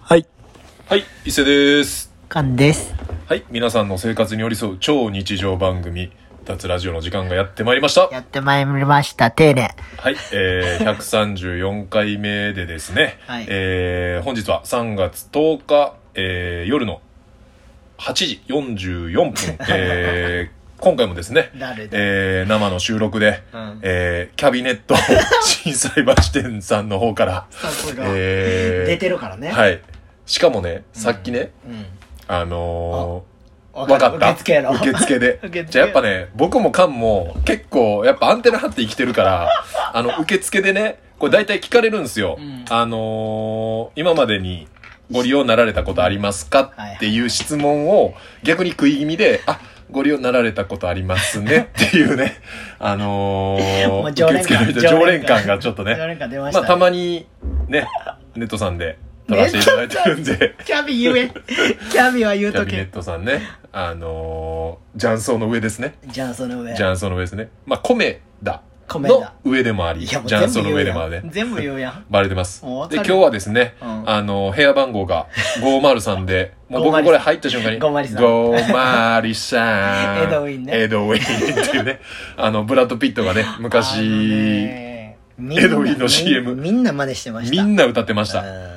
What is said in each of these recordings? はい、伊勢です。かんです。はい、皆さんの生活に寄り添う超日常番組、脱ラジオの時間がやってまいりました。やってまいりました。丁寧。はい、え ー、134回目でですね、はいえー、本日は3月10日、えー、夜の8時44分、 えー、今回もですね、誰だえー、生の収録で、うんえー、キャビネッ ト震災橋店さんの方から、そこがえー、出てるからね。はい。しかもね、さっきね、うん。あのー、わわかった。受付の。受付で 受付じゃあやっぱね、僕もカンも結構、やっぱアンテナ張って生きてるから、 あの、受付でね、これ大体聞かれるんですよ。うんあのー、今までにご利用なられたことありますかはいはいっていう質問を逆に食い気味で、あ、ご利用なられたことあります ねっていうね、あのもー、う常連感受付の人常連感がちょっとね、誰か出ましまたあね。たまにね、ネットさんで撮らせていただいてる んで、キャビ言え。キャビは言うキャとビネッけ。トさんね、あのー、雀荘の上ですね。じゃあその上。雀荘の上ですね。まあ、米だ。米のだ。上でもあり、い雀やもう荘全の部言上うでやもありん。ね。全部言うやん。バレてます。もうわかで、る今日はですね、うんあの、部屋番号 が503で、もう僕503これ入った瞬間に、 503 503エドウィンねエドウィンっていう ね、あの、ブラッド・ピットがね、あの昔、ねみんなエドウィンの CM みんな真似してました。みんな歌ってました。うん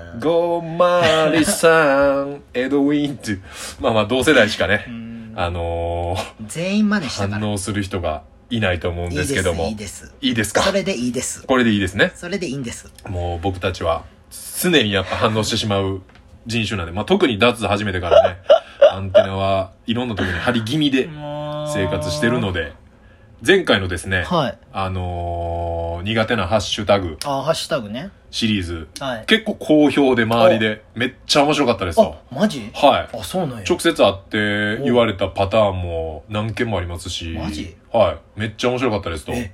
503、エドウィンっていう、まあまあ同世代しかねう、んあのー全員真似したか反ら。応する人がいないと思うんいいでですけども。いいです。いいですかそれでいいです。これでいいですね。それでいいんです。もう僕たちは常にやっぱ反応してしまう人種なんで、まあ、特に脱始めてから ね、アンテナはいろんなところに張り気味で生生活してるので、前回のですね、はい。あのー苦手なハッシュタグあ、ハッシュタグね。シリーズ、はい。結構好評で周りで、めっちゃ面白かったですよあ。、マジはい。あ、そうなんや。直接会って言われたパターンも何件もありますし、マジはい。めっちゃ面白かったですと。え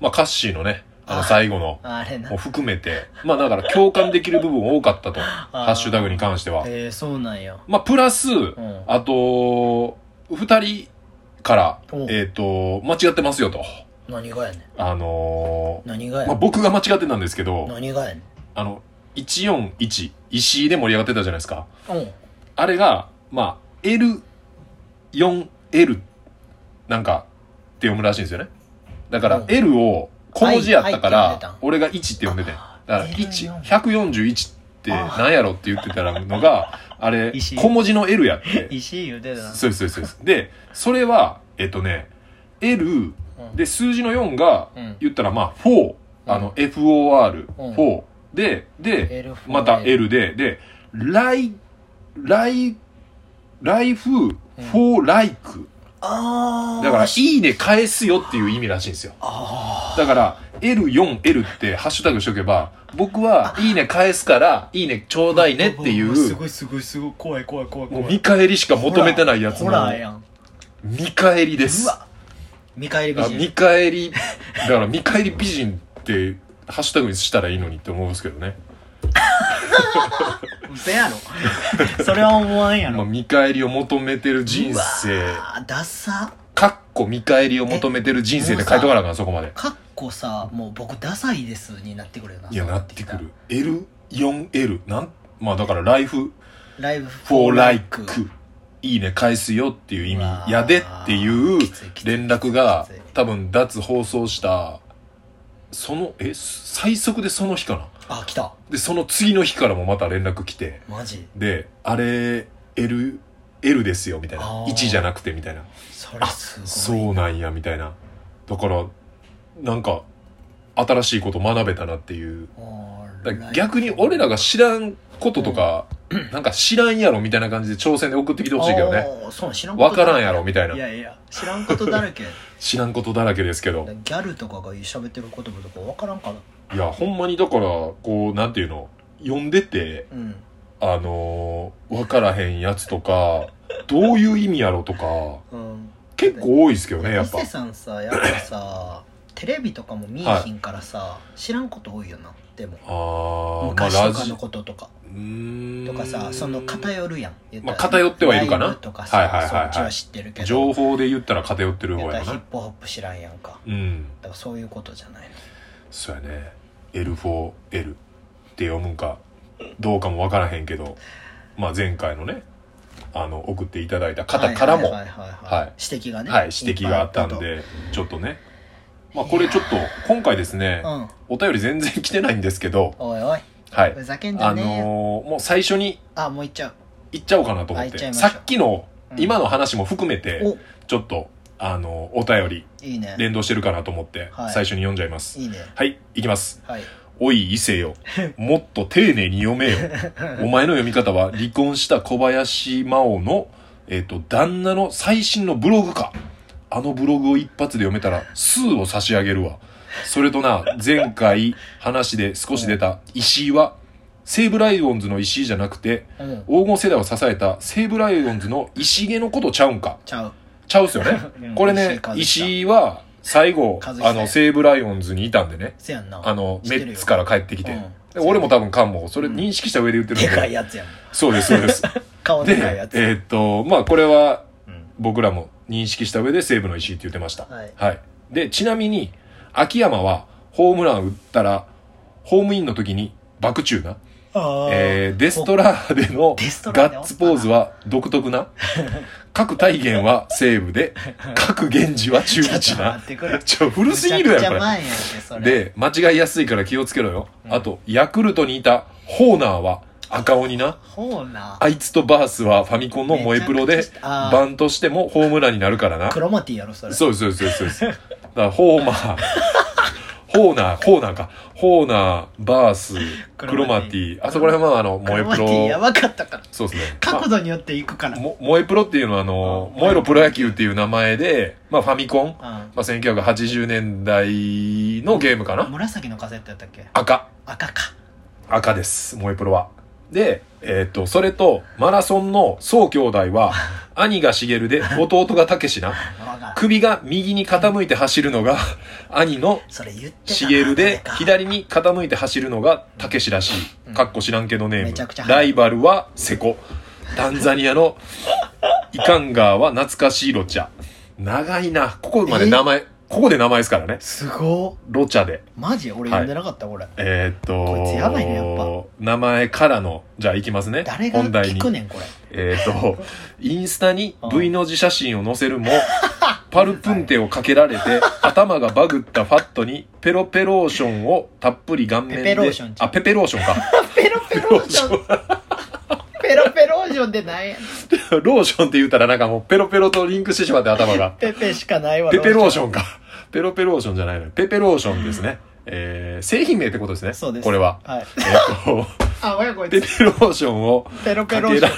まあ、カッシーのね、あのあ最後の、あれなも。含めて、まあだから共感できる部分多かったと、ーハッシュタグに関しては。えー、そうなんや。まあプラス、んあと、二人から、おえっ、と、間違ってますよと。何がやねん。あの何がーやまねあん。僕が間違ってたんですけど、何がやねん。あの、141、石井で盛り上がってたじゃないですか。うん。あれが、まあ、L4L なんかって読むらしいんですよね。だかうらん L を小文字やったかはいはいってら、読俺が1って読んでて。だから1、 L4 141ってなんやろって言ってたのが、あれ、石井小文字の L やって。石井言うてたな。そうです、そうですそうです。で、それは、えっとね、L うんで数字の4がうん、言ったらまあ4、あの FOR、うん4で、で、 L また L で、で、ライ、ライ、ライフ、フォーライク。あー。だから、いいね返すよっていう意味らしいんですよ。あだから、L4、L ってハッシュタグしとけば、僕は、いいね返すから、いいねちょうだいー。ねっていすう、ごいすごいすごい。怖い怖い怖いも怖うい。見返りしか求めてないやつホの、ラーやん。見返りでうす。わ。見返り美あ人。見返り、だから見返り美人って、ハッシュタグにしたらいいのにって思うんですけどね。嘘やろ。 それは思わんやまあ、ろ。見返りを求めてる人うわ生。ーダサ。かっこ見返りを求めてる人生で書いとかなあかん、そこまで。かっこさ、もう僕ダサいですになってくるよな。いや、そうなってくきる。L、4L、なん、まあだから、ライフ、たら。ライブフォーライク、いいね、返すよっていう意うわ味、ーやでっていうきついきつい連絡がきつい、多分、脱放送した、その、え、最速でその日かな。あ、来た。で、その次の日からもまた連絡来て、マジ。で、あれ、L、L ですよ、みたいなあ。ー1じゃなくて、みたいな。それすごい。そうなんやみたいなだからなんか新しいこと学べたなっていうだから逆に俺らが知らんこととか、なんか知らんやろみたいな感じで挑戦で送ってきてほしいけどねねそう知らんわからんややろみたいないやいや知らんことだらけ知らんことだらけですけどギャルとかが喋ってる言葉とかわからんかないやほんまにだからこうなんていうの読んでてうんあのー、わからへんやつとかどういう意味やろとかうん結構多いですけどねや伊っぱ勢さんさやっぱさ テレビとかも見えひんからさ、知らんこと多いよなでもあーまあ昔ラとかジのこととかうーんとかさその偏るやん言ったらまあ偏ってはいるかなライブとかさ、はいはいはいはいそっちは知ってるけど情報で言ったら偏ってる言方ったやらヒッなプホップ知らんやんかうんだからそういうことじゃないのそうやね L4L って読むんかどうかもわからへんけどまあ、前回のねあの送っていただいた方からも、はいはいはいはいはいはい指摘がねはい、指摘があったんいっで、ちょっとね。まあこれちょっと、今回ですねぱい、あるとお便り全然来てないんですけど、うんおいおいはいふ。ざけんじあゃのーねもう最初にえよあもういっちゃう行っちゃおうかなと思っあ行っちゃいて、ましょさうっきの、うん今の話も含めて、おちょっと、あのーお便り、いいね連動してるかなと思って、はい最初に読んじゃいます。いいねはい、行きます。はいおい、伊勢 よ。もっと丁寧に読めよ。お前の読み方は、離婚した小林真央の、えっ、と、旦那の最新のブログか。あのブログを一発で読めたら、数を差し上げるわ。それとな、前回話で少し出た石井は、西武ライオンズの石井じゃなくて、うん黄金世代を支えた西武ライオンズの石毛のことちゃうんか。ちゃ うちゃうっすよね。これね、井石井は、最後、和久あの、西武ライオンズにいたんでね。せやんなあの、知っメてるよッツから帰ってきて。でうん俺も多分カンも、それうん認識した上で言ってるんでで。かいやつやんそうです、そうです。顔で でかいや、つえーっと、まあ、これはうん僕らも認識した上で西武の石井って言ってました。はいで、ちなみに、秋山はホームラン打ったら、ホームインの時に、バクチューな。あーえーデストラーデのデストラガーデッツポーズは独特 な。各体現は西武で、各源氏は中ちょ日っと待なっ。てくれちょ、古すぎるやろ、こめちゃくちゃれ。前やんけそれで、間違いやすいから気をつけろよ。うんあと、ヤクルトにいたホーナーは赤鬼な。ほうなあいつとバースはファミコンの萌えプロめでちゃく、ちゃあーバンとしてもホームランになるからな。クロマティやろそれそうです、そうです、そうです。そうですだから、ホーマ ー、ホーナー、ホーナーか。ホーナー、バース、クロマティ。あそこら辺は、あの、萌クえロマティプやロ。ばかったからそうですね。ま角度によっていくからあも萌えプロっていうのは、あの、うん萌えろプロ野球っていう名前で、まあ、ファミコン。うまあ、1980年代のゲームかんな。紫のカセットやったっけ赤。赤か赤です、萌えプロは。で、えーっと、それと、マラソンの宋兄弟 は、兄が茂で、弟が武志な。わが首が右に傾いて走るのが、兄のそれ言ってたな茂で誰か、左に傾いて走るのが武志らしうい。んかっこ知らんけどネめちゃくちーゃム。ライバルは瀬古。タンザニアのイカンガーは懐かしいロチャ。長いな。ここまで名前、ここで名前ですからね。すごロチャで。っマジ俺はい読んでなかったこれえーっと、こいつやばいねやっぱ名前からの、じゃあ行きますね。誰が本題に聞。くねんこれえーっ と、インスタに V の字写真を載せるも、パルプンテをかけられ て、頭がバグったファットに、ペロペローションをたっぷり顔面で。ペペローションあ、ペペローションか。 ペロペローションペロペローションでないローションって言ったらなんかもうペロペロとリンクしてしまって頭が。ペペしかないわペペローシンョンか。ペロペローションじゃないのよペペローションですね。えー、製品名ってことですね。そうですこれは。はいえーっと、 あ親こいペつペローションを、ペロペかローけシらョ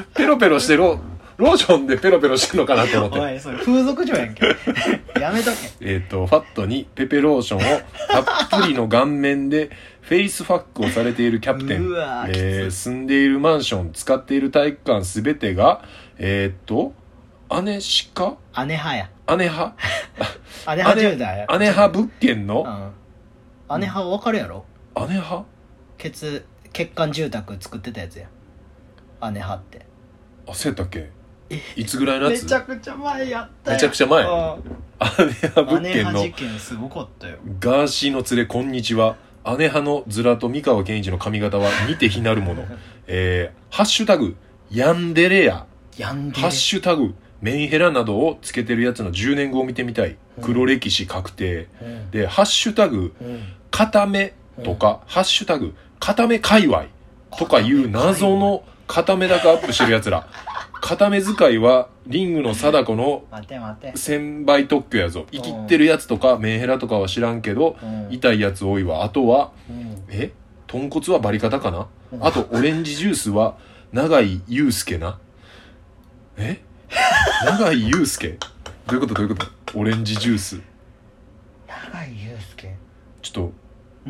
ンペロペロしてロローションでペロペロしてるのかなと思っておいそれ風俗嬢やんけ やめとけえっ、とファットにペペローションをたっぷりの顔面でフェイスファックをされているキャプテンうわーえー住んでいるマンション使っている体育館すべてがえっ、と姉しか姉派や姉派姉派10代姉派物件のうん姉派分かるやろ姉派血血管住宅作ってたやつや姉派ってあそうやったっけいつぐらいのやつ姉くちゃ前やったよめちゃくちゃ前派物姉件派の事件すごかったよガーシーの連れこんにちは姉派のズラと三河健一の髪型は似て非なるものえー、ハッシュタグヤンデレアやんでハッシュタグメンヘラなどをつけてるやつの10年後を見てみたいうん黒歴史確定ュ、うんでハッシュタグうん固めとか、ハッシュタグ固め界隈とかいう謎の固め高アップしてるやつ ら固め使いはリングの貞子の待て待て、千倍特許やぞ生きってるやつとかメンヘラとかは知らんけどうん痛いやつ多いわあとはうんえ豚骨はバリカタかなうんあとオレンジジュースは永井祐介なえ永井祐介どういうことどういうことオレンジジュース永井祐介ちょっと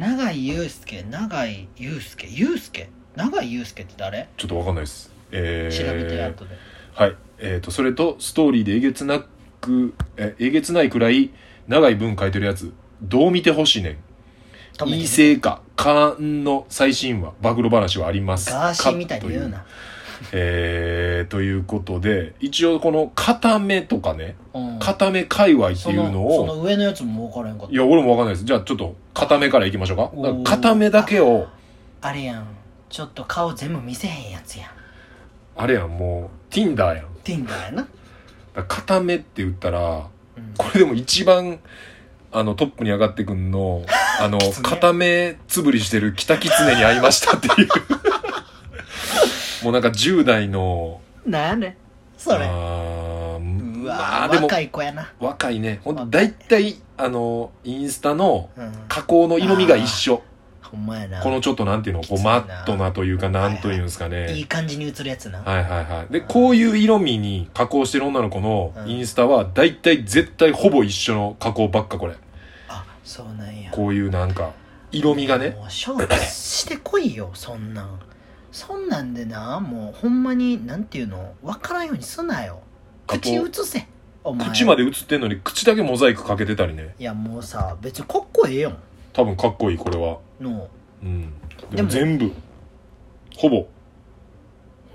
永井祐介永井祐介祐介永井祐介って誰、ちょっとわかんないですえ調べてやっとではいえー、とそれとストーリーでえげつなくええげつないくらい長い文書いてるやつどう見てほしいねん止めて異性化カーンの最新話暴露話はありますガーシーみたいに言うなえー、ということで一応この固めとかねうん固め界隈ってそいうののそをの上のやつも分からへんかっいや俺もわかんないですじゃあちょっと固めからいきましょうかだおーから固めだけをたあれやんちょっと顔全部見せへんやつやんあれやんもう Tinder やん Tinder やだな、から片目って言ったらうん、これでも一番あのトップに上がってくん のあのキツネ片目つぶりしてる北キツネに会いましたっていう もうなんか10代のなんやねんそれあーうまあわでも若い子やな若いねほんと大体あのインスタのうん加工の色味が一緒ほんまやなこのちょっとなんていうのこきつういなマットなというかなんというんですかね、いい感じに映るやつな、はいはいはい。で、こういう色味に加工してる女の子のインスタは、だいたい絶対ほぼ一緒の加工ばっかこれ。あそうなんやこういうなんか、色味がね。もう勝負してこいよそんなんそんなんでなもうほんまになんていうの分からんようにすなよ口加移工せお前口まで映ってんのに、口だけモザイクかけてたりね。いやもうさ別にかっこええやん多分かっこいい、これは。のうん。ででもも全部、ほぼ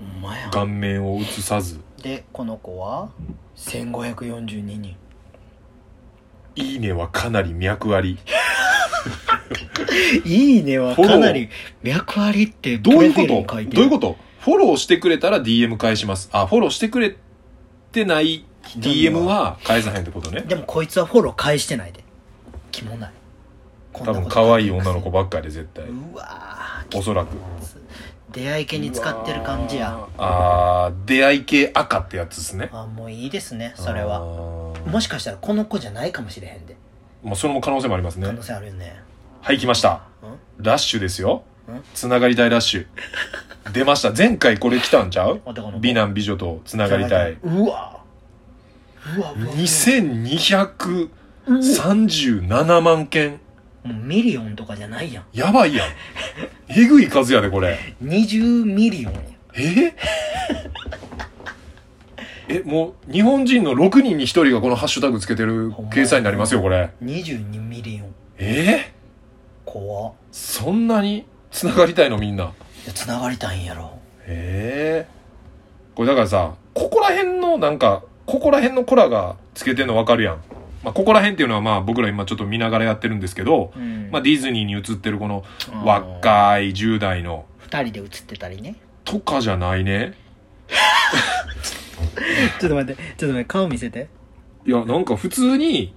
ほんまや顔面を映さず、でこの子は1542人いいねはかなり脈あり。いいねはフォロかーなり脈ありってどういうことプロフィールにど書ういていうことフォローしてくれたら DM 返します。あ、フォローしてくれてない人に DM はは返さへんってことね。でもこいつはフォロー返してないで気もないこん多なこと分可愛い女の子ばっかりで絶対。うわーおそらく出会い系に使ってる感じやあー出会い系赤ってやつですねあもういいですねそれはももしかしたらこの子じゃないかもしれへんでうそれも可能性もあります可ね能性あるよねはい来ましたうんラッシュですよんつながりたいラッ シュ出ました前回これ来たんちゃう男の子美男美女とつながりたいうわうわうわ2237うん万件もうミリオンとかじゃないやんやばいやんえぐい数やでこれ20ミリオンやええもう日本人の6人に1人がこのハッシュタグつけてる掲載になりますよこれ22ミリオンえ怖っー、そんなにつながりたいのみんなで繋がりたいんやろええこれだからさここら辺のなんかここら辺のコラがつけてんのわかるやん、まあ、ここら辺っていうのはまあ僕ら今ちょっと見ながらやってるんですけど、うんまあ、ディズニーに映ってるこのあー若い10代の二人で写ってたりねとかじゃないねちょっと待ってちょっと待って顔見せていやなんか普通に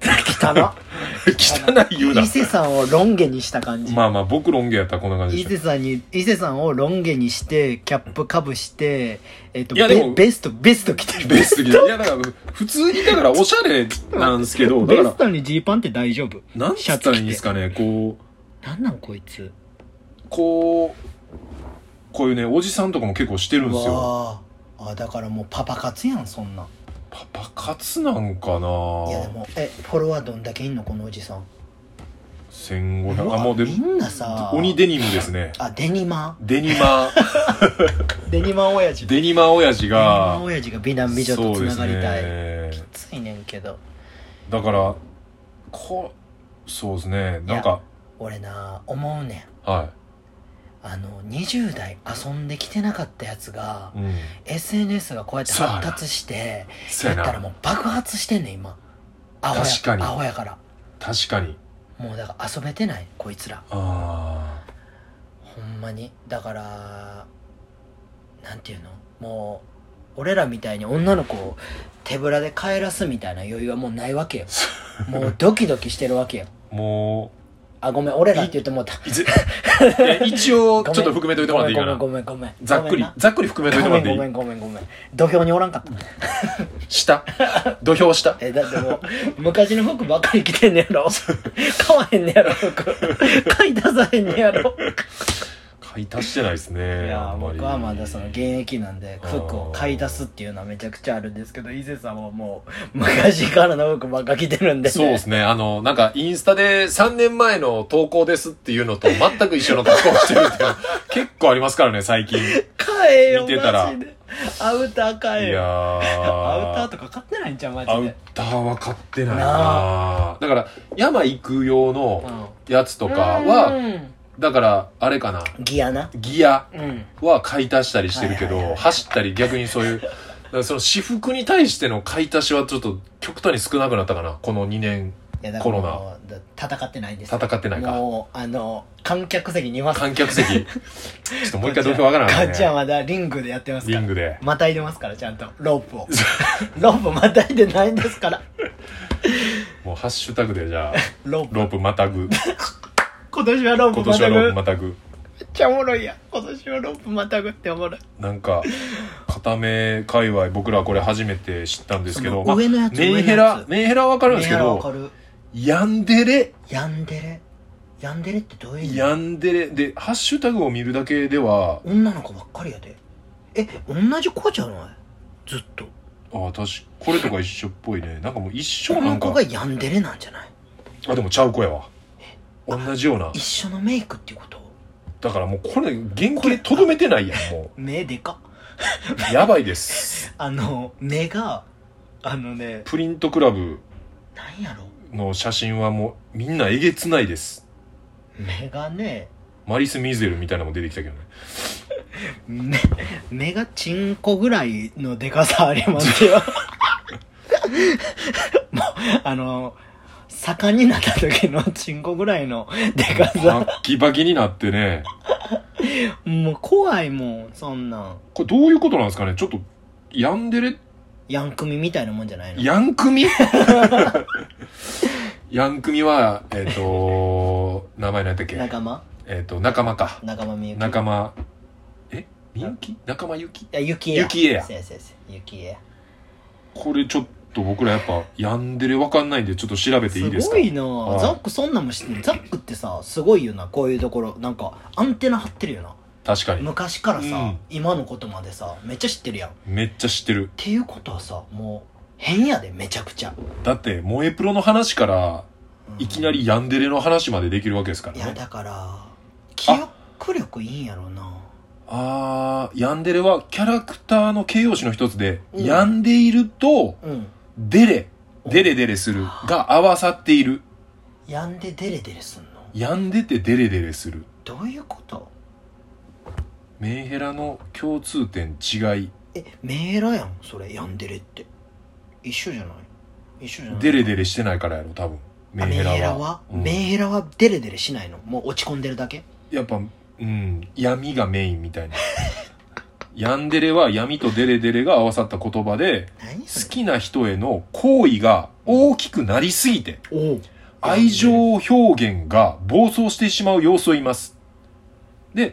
汚 っ汚い言うな伊勢さんをロン毛にした感じ、まあまあ僕ロン毛やったらこんな感じで伊した勢さんに伊勢さんをロン毛にしてキャップかぶして、えっといやでもベベストベスト着てるベストいやだから普通にだからおしゃれなんですけどだベからストにジーパンって大丈夫なんつったらいいんですかねこうなんなんこいつこうこういうねおじさんとかも結構してるんですよわああだからもうパパ活やんそんなんパパ活なんかないやでもえフォロワーどんだけいんのこのおじさんう1500わあもうでみんなさ鬼デニムですねあデニマデニマ デニマ親父デニデニマ親父マが親父が美男美女とつながりたそうい、ですねきついねんけどだからこうそうですねなんか俺な思うねんはあの20代遊んできてなかったやつがい、うん SNS がこうやってそうやな発達してそうやっやたらなもう爆発してんねん今アホや確かにアホやから確かにもうだから遊べてないこいつらあほんまにだからなんていうのもう俺らみたいに女の子を手ぶらで帰らすみたいな余裕はもうない わけよもうドキドキしてるわけよあもあごめん俺らって言ってもうたうい ぜいや一応ちょっと含めといてもらっていいかなごめんごめんごめんごめんざっくりござっくり含めといてもらっめんていごいめんごめんごめんごめん土俵におらんかった下土俵下えだってもう 昔の服ばっかり着てんねやろ買わへんね やろ服買い出さへんねやろ買い足してないですいねやあんまり僕はまだその現役なんであ服ーを買い出すっていうのはめちゃくちゃあるんですけど伊勢さんはもう昔からの服ばっか着てるんでそうですねあのなんかインスタで3年前の投稿ですっていうのと全く一緒の投稿をしてるっていう の結構ありますからね最近い買えよ見てたらマジでアウター買えやよアウターーとか買ってないんちゃうマアジウでターは買ってないななだから山行く用のやつととかはだからあれかなギアなギアうんは買い足したりしてるけはいはいはいど走ったり逆にそういうだからその私服に対しての買い足しはちょっと極端に少なくなったかなこの2年やだコロナもうだ戦ってないんですよ戦ってないかもうあの観客席にいます観客席ちょっともう一回どうかわからなガい、ッチャね、ンまだリングでやってますかリらングでまたいでますからちゃんとロープをロープまたいでないんですからもうハッシュタグでじ ゃあロープロープまた ぐ今年はロー今プま年はたぐローめプっまたぐちゃおもろいやん今年はロープまたぐっておもろいなんか片目界隈僕らこれ初めて知ったんですけど、その上のやつメンヘ上のやラつメンヘラはわかるんですけわかどるヤンデレヤンデレヤンデレってどういう意味ヤンデレでハッシュタグを見るだけでは女の子ばっかりやでえ同じ子じゃないずっとああ確かこれとか一緒っぽいねなんかもう一緒こなのん子かがヤンデレなんじゃないあでもちゃう子やわ同じような一緒のメイクっていうことだからもうこれ原型とどめてないやんも目でかうやばいです あの目があのねプリントクラブなんやろの写真はもうみんなえげつないです目がねマリス・ミゼルみたいなのも出てきたけどね目目がチンコぐらいのでかさありま すよもうあの盛んになった時のチンコぐらいのでかバさッキバキになってねもう怖いもんそんなんこれどういうことなんですかねちょっとヤンデレヤンクミみたいなもんじゃないのヤン クミヤンクミはえっ、と名前何やったっけ仲間えっ、と仲間か仲間みゆき仲間えみゆき仲間ゆきいやゆきえやゆきえやそうやそうやそうやゆきえやこれちょっと僕らやっぱヤンデレわかんないんでちょっと調べていいですすかごいなはいザックそんなんも知ってるザックってさすごいよなこういうところなんかアンテナ張ってるよな確かに昔からさ、うん今のことまでさめっちゃ知ってるやんっめっちゃ知ってるていうことはさもう変やでめちゃくちゃ、だって萌えプロの話からうんいきなりヤンデレの話までできるわけですかいらやねだから記憶力いいんやろなあーヤンデレはキャラクターの形容詞の一つで、うんヤンでいるとうんデレデレデレするが合わさっているやんでデレデレすんのヤンデてデレデレするどういうことメンヘラの共通点違いえメーラやんそれやんデレって一緒じゃない一緒じゃないデレデレしてないからやろ多分メあンメヘンラはヘラは、うんメンヘラはデレデレしないのもう落ち込んでるだけやっぱうん闇がメインみ たいなヤンデレは闇とデレデレが合わさった言葉で何好それきな人への好意が大きくなりすぎておう愛情表現が暴走してしまう様子を言います。で、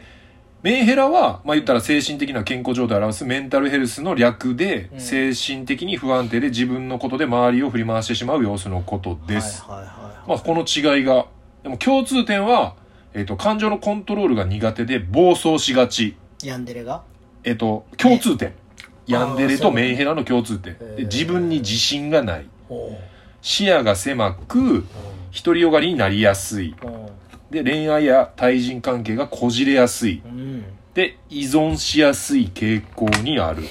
メンヘラは、まあ、言ったら精神的な健康状態を表すメンタルヘルスの略で、うん精神的に不安定で自分のことで周りを振り回してしまう様子のことです。はいはいはい、はいまあ、この違いが、でも共通点は、えっ、と、感情のコントロールが苦手で暴走しがち。ヤンデレがえっ、と、共通点。ヤンデレとメンヘラの共通点あーそう。で自分に自信がない。おう視野が狭く、独りよがりになりやすい。おうで恋愛や対人関係がこじれやすいうんで依存しやすい傾向にある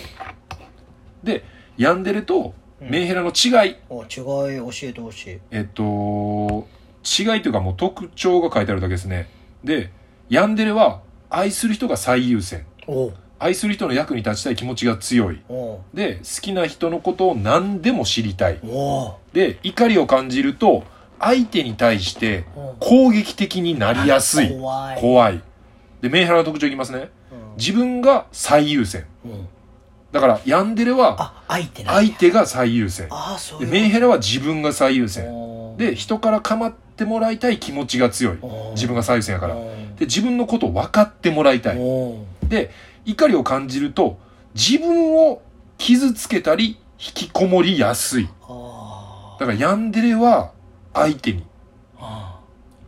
でヤンデレとメンヘラの違い、お違い教えてほしいえっと違いというかもう特徴が書いてあるだけですねでヤンデレは愛する人が最優先おう愛する人の役に立ちたい気持ちが強いおうで好きな人のことを何でも知りたいおうで怒りを感じると相手に対しておう攻撃的になりやすい怖い怖いでメンヘラの特徴いきますね自分が最優先うんうんだからヤンデレはあ相手な相手が最優先ああそういでうメンヘラは自分が最優先おうで人から構ってもらいたい気持ちが強いおう自分が最優先やからおうで自分のことを分かってもらいたいおうで怒りを感じると自分を傷つけたり引きこもりやすいあだからヤンデレは相手にああ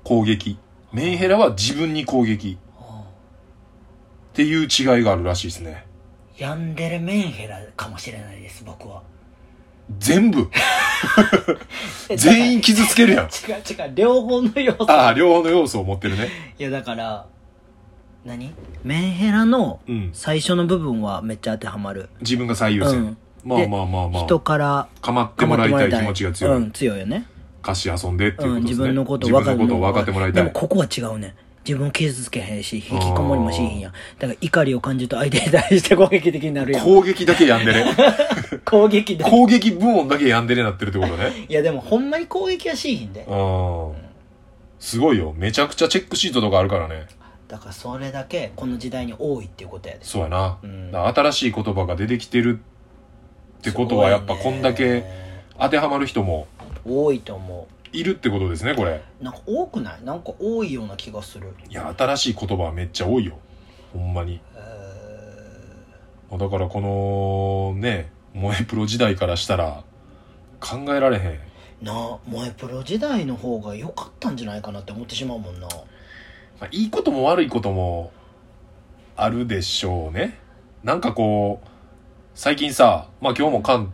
攻撃メンヘラは自分に攻撃ああっていう違いがあるらしいですねヤンデレメンヘラかもしれないです僕は全部全員傷つけるやん違う違う両方の要素ああ、両方の要素を持ってるね。いやだから何メンヘラのうん。最初の部分はめっちゃ当てはまる自分が最優う先。んまあまあまあまあ。人から構ってもらいたい気持ちが強い。うん強いよね歌詞遊んでっていううことですね。ん自分のことを分か自分のことを分かってもらいたでい。もここは違うね自分を傷つけへんし引きこもりもしへんやんだから怒りを感じると相手に対して攻撃的になるやん攻撃だけやんでね。攻撃だ攻撃部門だけやんでねなってるってことね。いやでもほんまに攻撃はしへんでうん。すごいよ。めちゃくちゃチェックシートとかあるからね。だからそれだけこの時代に多いっていうことやでそうやな。うんだから新しい言葉が出てきてるってことは、やっぱこんだけ当てはまる人も多いと思いるってことですね、これ。うなんか多くないなんか多いような気がするいや、新しい言葉はめっちゃ多いよ。ほんまに。えーだからこの、ね、萌えプロ時代からしたら、考えられへん。なあ萌えプロ時代の方が良かったんじゃないかなって思ってしまうもんなまあ、いいことも悪いこともあるでしょうね。なんかこう、最近さ、まあ今日も関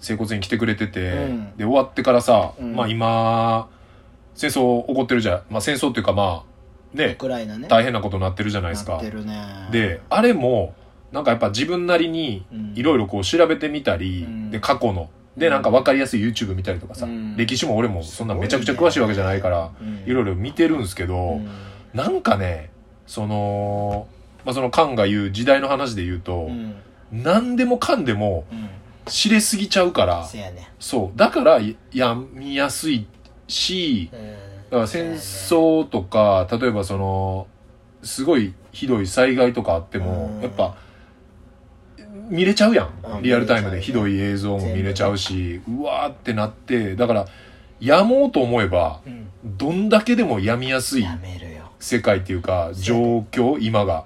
整骨院来てくれてて、うんで終わってからさ、うんまあ今、戦争起こってるじゃん。まあ戦争っていうかまあ、ウね、クライナね大変なことになってるじゃないですなっかて。るねで、あれも、なんかやっぱ自分なりにいろいろろこう調べてみたり、うんで、過去の、で、なんか分かりやすい YouTube 見たりとかさ、うん歴史も俺もそんなめちゃくちゃ詳しいわけじゃないから、いろいろろ見てるんですけど、なんかね、その、まあ、そのカンが言う時代の話で言うと、うん何でもかんでもうん知れすぎちゃうから、せやねそう、だからややみやすいし、うんだから戦争とか、例えばその、すごいひどい災害とかあってもう、んやっぱ、見れちゃうやうんん。リアルタイムで見れちゃうひどねい映像も見れちゃうし、うわーってなって、だから、やもうと思えば、うんどんだけでもやみやすいやめるよ世界っていうか状況今が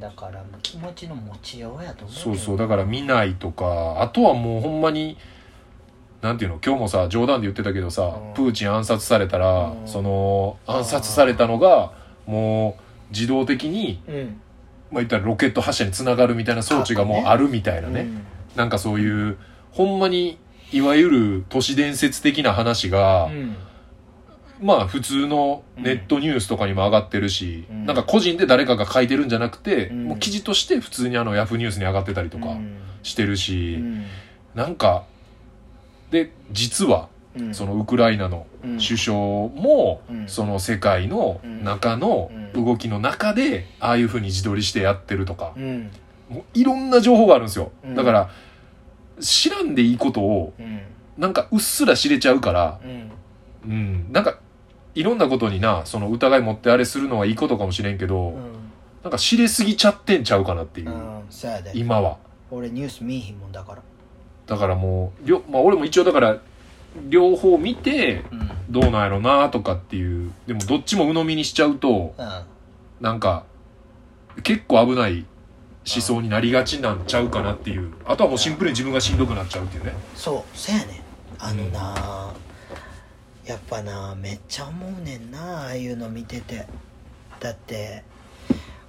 だからもう気持ちの持ちようやと思うけそどうそうだから見ないとかあとはもうほんまになんていうの今日もさ冗談で言ってたけどさ、うんプーチン暗殺されたら、うんその暗殺されたのがもう自動的に、うんまあ、言ったらロケット発射につながるみたいな装置がもうあるみたいなねうんなんかそういうほんまにいわゆる都市伝説的な話が、うんまあ普通のネットニュースとかにも上がってるし、うんなんか個人で誰かが書いてるんじゃなくて、うんもう記事として普通にあのヤフーニュースに上がってたりとかしてるし、うんなんか、で、実はうんそのウクライナのうん首相も、うんその世界の中のうん動きの中で、ああいうふうに自撮りしてやってるとかう、んもういろんな情報があるんですよ。うんだから、知らんでいいことを、うんなんかうっすら知れちゃうから、うんうん、なんかいろんなことになその疑い持ってあれするのはいいことかもしれんけど、うんなんか知れすぎちゃってんちゃうかなっていう、うんそうやで今は俺ニュース見えひんもんだからだからもうりょ、まあ、俺も一応だから両方見てうんうんどうなんやろなとかっていうでもどっちも鵜呑みにしちゃうとなんか結構危ない思想になりがちなんちゃうかなっていうあとはもうシンプルに自分がしんどくなっちゃうっていうねそうそやねんあのなやっぱなめっちゃ思うねんなああいうの見ててだって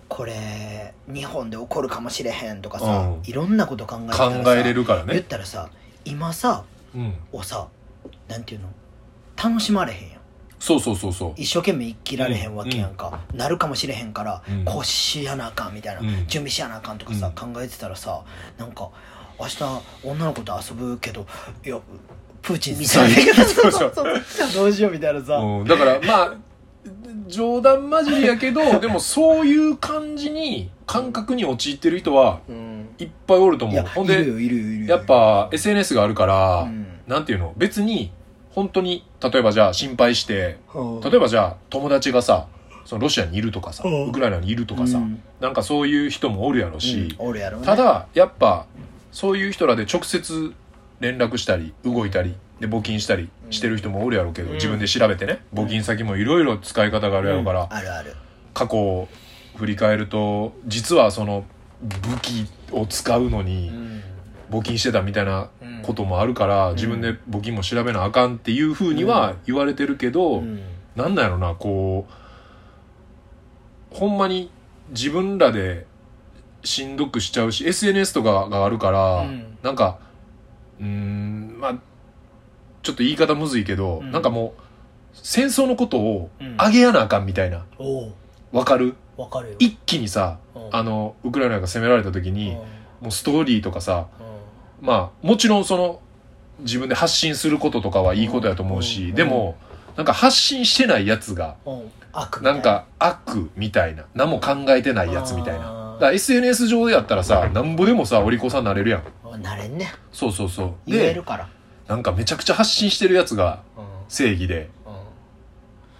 これ日本で起こるかもしれへんとかさ、うんいろんなこと考えた考らさえれるから言っねたらさ今さうんをさなんていうの楽しまれへんやんそうそうそうそう一生懸命生きられへんわけやんか、なるかもしれへんから、うんこうしやなあかんみたいな、うん準備しやなあかんとかさ、考えてたらさなんか明日女の子と遊ぶけどいやプーチンみたいなそうそうそう そうどうしようみたいなさ、うん、だからまあ冗談交じりやけど でもそういう感じに感覚に陥ってる人はうんいっぱいおるとい思うやほんいるでよいるよいるよやっぱ SNS があるから、うんなんていうの別に本当に例えばじゃあ心配してうん例えばじゃあ友達がさそのロシアにいるとかさ、うんウクライナにいるとかさ、うんなんかそういう人もおるやろし、うんおるやろねただやっぱそういう人らで直接連絡したり動いたりで募金したりしてる人もおるやろうけど、うん自分で調べてね募金先もいろいろ使い方があるやろうから、あるある過去を振り返ると実はその武器を使うのうにん募金してたみたいなうんこともあるから、自分で募金も調べなあかんっていうふうには言われてるけど、うんなんだろうなこうほんまに自分らでしんどくしちゃうし SNS とかがあるから、うんなんかうーんまあちょっと言い方むずいけど、うんなんかもう戦争のことをうんあげやなあかんみたいなおうわかるわかるよ一気にさうんあのウクライナが攻められた時うんにもうストーリーとかさうんまあもちろんその自分で発信することとかはいいことやと思うし、うんでもなんか発信してないやつがうん悪みたないんか悪みたいな何も考えてないやつみたいななだから SNS 上でやったらさなんぼでもさお利口さんなれるやんなれんねそうそうそう言えでるからなんかめちゃくちゃ発信してるやつがうん正義でう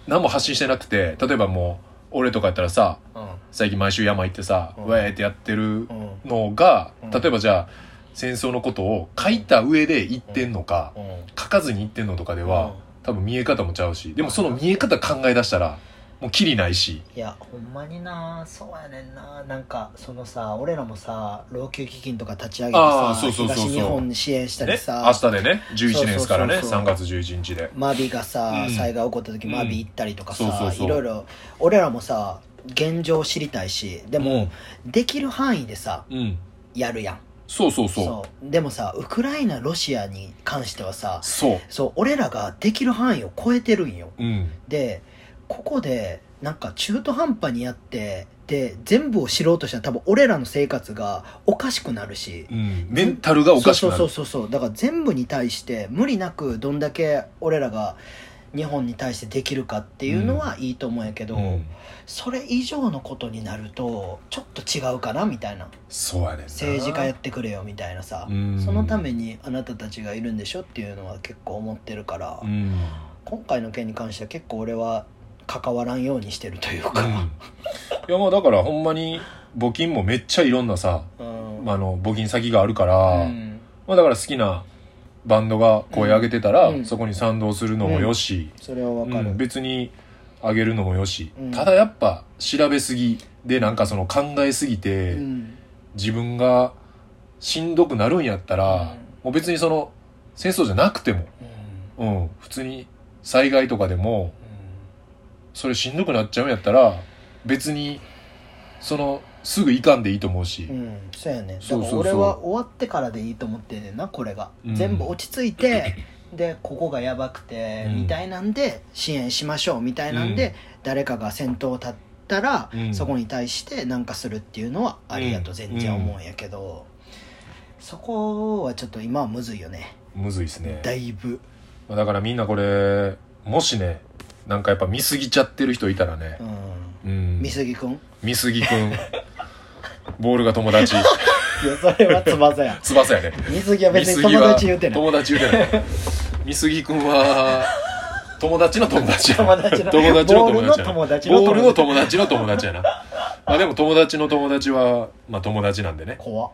何も発信してなくて例えばもう俺とかやったらさん最近毎週山行ってさ、ううんわーってやってるうんうんのが、うん例えばじゃあ戦争のことを書いた上で言ってんのか、書かずに言ってんのとかでは、うん多分見え方もちゃうしでもその見え方考え出したらもうキリないしいやほんまになそうやねんななんかそのさ俺らもさ老朽基金とか立ち上げてあーさそうそうそうそう東日本に支援したりねさ、明日でね11年ですからねそうそうそうそう3月11日でマビがさ、うん災害起こった時マビ行ったりとかさ、うんそうそうそういろいろ俺らもさ現状知りたいしでも、できる範囲でさうん、うんやるやんそうそうそううでもさウクライナロシアに関してはさそうそう俺らができる範囲を超えてるんようんでここでなんか中途半端にやってで全部を知ろうとしたら多分俺らの生活がおかしくなるしうんメンタルがおかしくなそうるそうそうそうだから全部に対して無理なくどんだけ俺らが日本に対してできるかっていうのはいいと思うんやけど、うんそれ以上のことになるとちょっと違うかなみたいなそうやねんな政治家やってくれよみたいなさ、うんそのためにあなたたちがいるんでしょっていうのは結構思ってるから、うん今回の件に関しては結構俺は関わらんようにしてるというか、いやまあだからほんまに募金もめっちゃいろんなさ、うんまあ、あの募金先があるから、うんまあ、だから好きなバンドが声上げてたら、うんそこに賛同するのもよし、それはうわんかる、別に上げるのもよし、うんただやっぱ調べすぎでなんかその考えすぎて、うん自分がしんどくなるんやったら、うんもう別にその戦争じゃなくても、うんうん、普通に災害とかでもうんそれしんどくなっちゃうんやったら別にそのすぐ行かんでいいと思うし、うんそうやねだそうかそうらそう俺は終わってからでいいと思ってんねんなこれが、うん全部落ち着い てでここがやばくて、うんみたいなんで支援しましょうみたいなんで、うん誰かが先頭を立ったら、うんそこに対して何かするっていうのはありやと全然思うんやけど、そこはちょっと今はむずいよねむずいですねだいぶまあだからみんなこれもしねなんかやっぱ見すぎちゃってる人いたらねう、んうん、美杉君見すぎくんボールが友達いやそれは 翼や翼やね美杉は見別すにぎ友は達言うてない友達言うてない 見すぎくんは友達の友達や 友達の友達の友達やなボールの友ボールの友達達の友達の友達やなまあでも友達の友達はまあ友達なんでね怖っ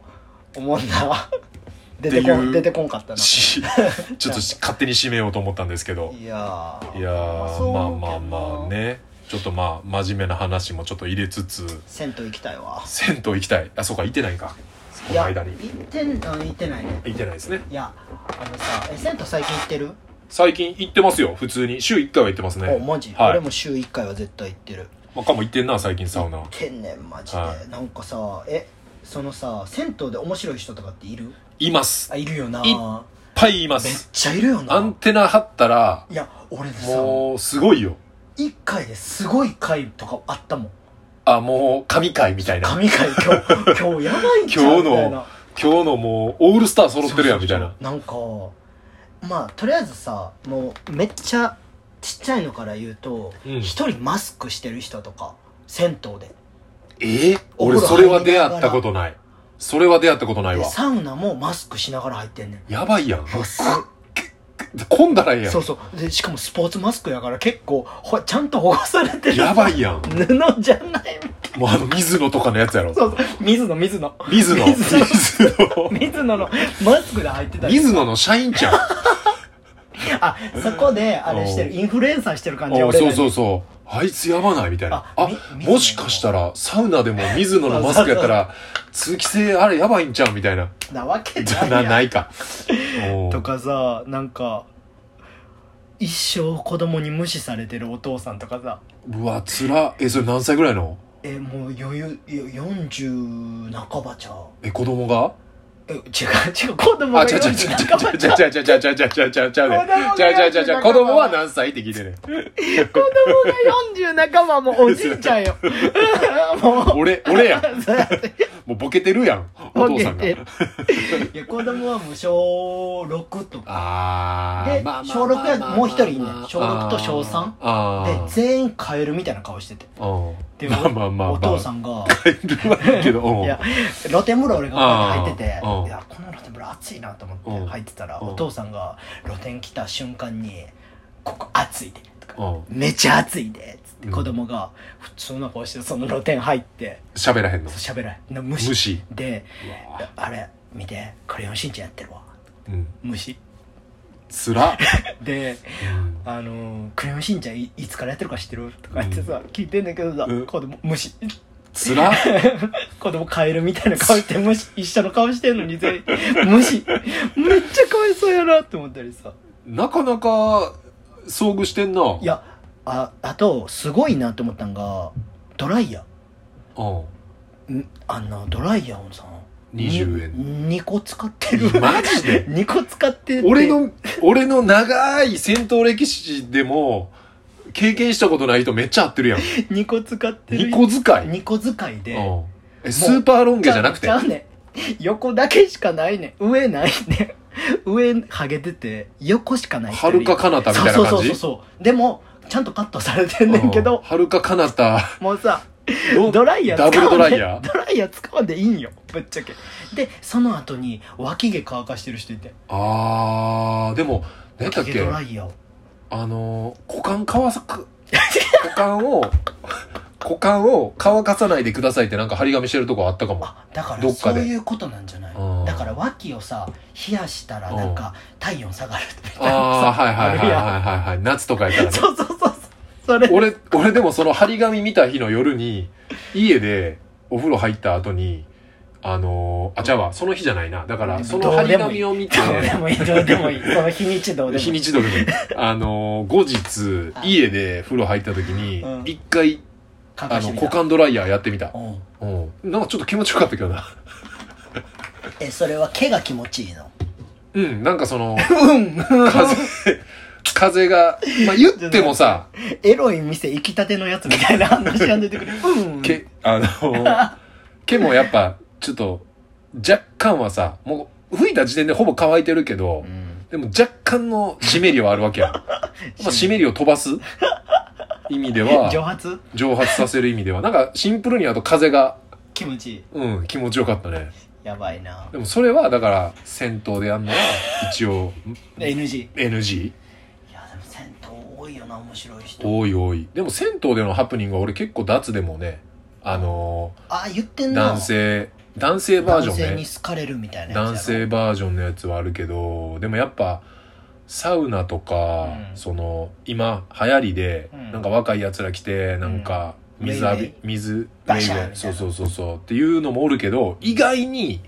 思んな出てこっていんう出てこんかったなしちょっと勝手に締めようと思ったんですけどいやーいやーまあまあまあ。そう思うけどなねちょっとまあ真面目な話もちょっと入れつつ銭湯行きたいわ。銭湯行きたいあそうか行ってないかこのいや、間行にってん、あ行ってないね。行ってないですねいや、あのさ、え、銭湯最近行ってる最近行ってますよ普通に週1回は行ってますねお、マジはい俺も週1回は絶対行ってる。まあ、かも行ってんな最近サウナ行ってんねん、マジはで。なんかさ、え、そのさ、銭湯で面白い人とかっているいますいっあ、いるよな。いめぱいいまっすちゃいるよアなン。テナ張ったらいや、俺さ、もうすごいよ1回ですごい回とかあったもん。あもう神回みたいな神回 今日、今日やばいんちゃう今日のみたいな今日のもうオールスター揃ってるやんみたいななんかまあとりあえずさもうめっちゃちっちゃいのから言うとうん一、人マスクしてる人とか銭湯でえーお俺風呂それは出会ったことないそれは出会ったことないでわサウナもマスクしながら入ってんねんやばいやんす混んだらええやそうんそうでしかもスポーツマスクやから結構ほちゃんと保護されてるやばいやん布じゃないもうあの水野とかのやつやろそうそう水野水野水野水野水野水野のマスクで入ってたり水野の社員ちゃんあそこであれしてるおインフルエンサーしてる感じあ俺らそうにそうそうあいつやばないみたいなああみ水野もしかしたらサウナでも水野のマスクやったら通気性あれやばいんちゃうみたいななわけじなゃいなやんないかおう とかさなんか一生子供に無視されてるお父さんとかさうわつらえそれ何歳ぐらいのえもう余裕いや40半ばちゃうえ子供がえ違う違う子供あ、がちゃうちゃうちゃうちゃうちゃうちゃうちゃうちゃうちゃうちゃうちゃうちゃうちゃうねちゃうちゃうちゃうちゃう子供は何歳って聞いてね。子供が40仲間もおじいちゃ んよもう俺、俺やん。もうボケてるやん。お父さんが。ボケいや子供はもう小6とかあーでまあまあ小六やもう一人いんねんまあまあ小六と小三あでー全員変えるみたいな顔しててうんでまあまあまあまあお父さんがいるわけ ど、うんいや露天風呂俺がこうやって入っててうんいやこの露天風呂暑いなと思うっんて入ってたらうんお父さんが露天来た瞬間に「ここ暑いで」とかうん「めちゃ暑いで」つってうん子供が普通の顔してその露天入って喋らへんの。そう喋らない無視虫。でうわ「あれ見てクレヨンしんちゃんやってるわうん。虫つら。」でうんあのークレヨンしんちゃんいいつからやってるか知ってる?」とか言ってさ、聞いてんだけどさ、うん子供無視つ ら。子供カエルみたいな顔して無視一緒の顔してんのに 全員無視めっちゃかわいそうやなって思ったりさなかなか遭遇してんな。いやああとすごいなって思ったんがドライヤうん。ーんあのドライヤーをさ20円。 2個使ってるマジ で2個使ってて俺 の、俺の長い戦闘歴史でも、経験したことない人めっちゃ合ってるやん。 2個使ってる二個使い。うん2個使いで、え、スーパーロン毛じゃなくてち。ゃうねん横だけしかないねん上ないねん上ハゲてて横しかないはるか彼方みたいそうなそ感うそうじそうでもちゃんとカットされてんねんけうんどはるか彼方もうさのドライヤーダブル使ドラわんでイヤー ドライヤー使わんでいいんよぶっちゃけでその後に脇毛乾かしてる人いてあーでも何やったっ脇毛けドライヤーをあのー股間乾さく股間を股間を乾かさないでくださいってなんか張り紙してるとこあったかもあだかどらっかそうでいうことなんじゃないうんだから脇をさ冷やしたらなんか体温下がるみたいなああさはいはいはいるはいやんはいはい夏とかやったらねそうそうそうそうそれ俺俺でもその張り紙見た日の夜に家でお風呂入った後にあのーあじゃあわその日じゃないなだからその張り紙を見てどうでもいい、どう でもいい。その日にちどうでもいい。日にちどれもいいあのー後日はい家で風呂入った時にうん一回乾あかのしてみた股間ドライヤーやってみたうんうんなんかちょっと気持ちよかったけどなえ、それは毛が気持ちいいの。うんなんかそ のうん。風風がまあ言ってもさエロい店行きたてのやつみたいな話が出てくる。うん。毛あのー毛もやっぱちょっと若干はさもう吹いた時点でほぼ乾いてるけど、うん。でも若干の湿りはあるわけやん。まあ湿りを飛ばす意味で蒸 は、発蒸発させる意味では、なんかシンプルにあと風が、気持ちいい。うん、気持ちよかったね。やばいなで。もそれはだから、戦闘でやんのは一応 NG。い NG? や、でも銭湯多いよな、面白い人。多い多い。でも銭湯でのハプニングは俺結構脱でもね、あのあ、言ってーんな。男性、男性バージ男性ョンにね。好かれるみたいなやつやろ。男性バージョンのやつはあるけど、でもやっぱ、サウナとか、うんその今流行りで、うんなんか若いやつら来てなんかうん水浴び、ウェイウェイ水バシャーウェイウェイみたそいうなそうそうそうっていうのもおるけど意外に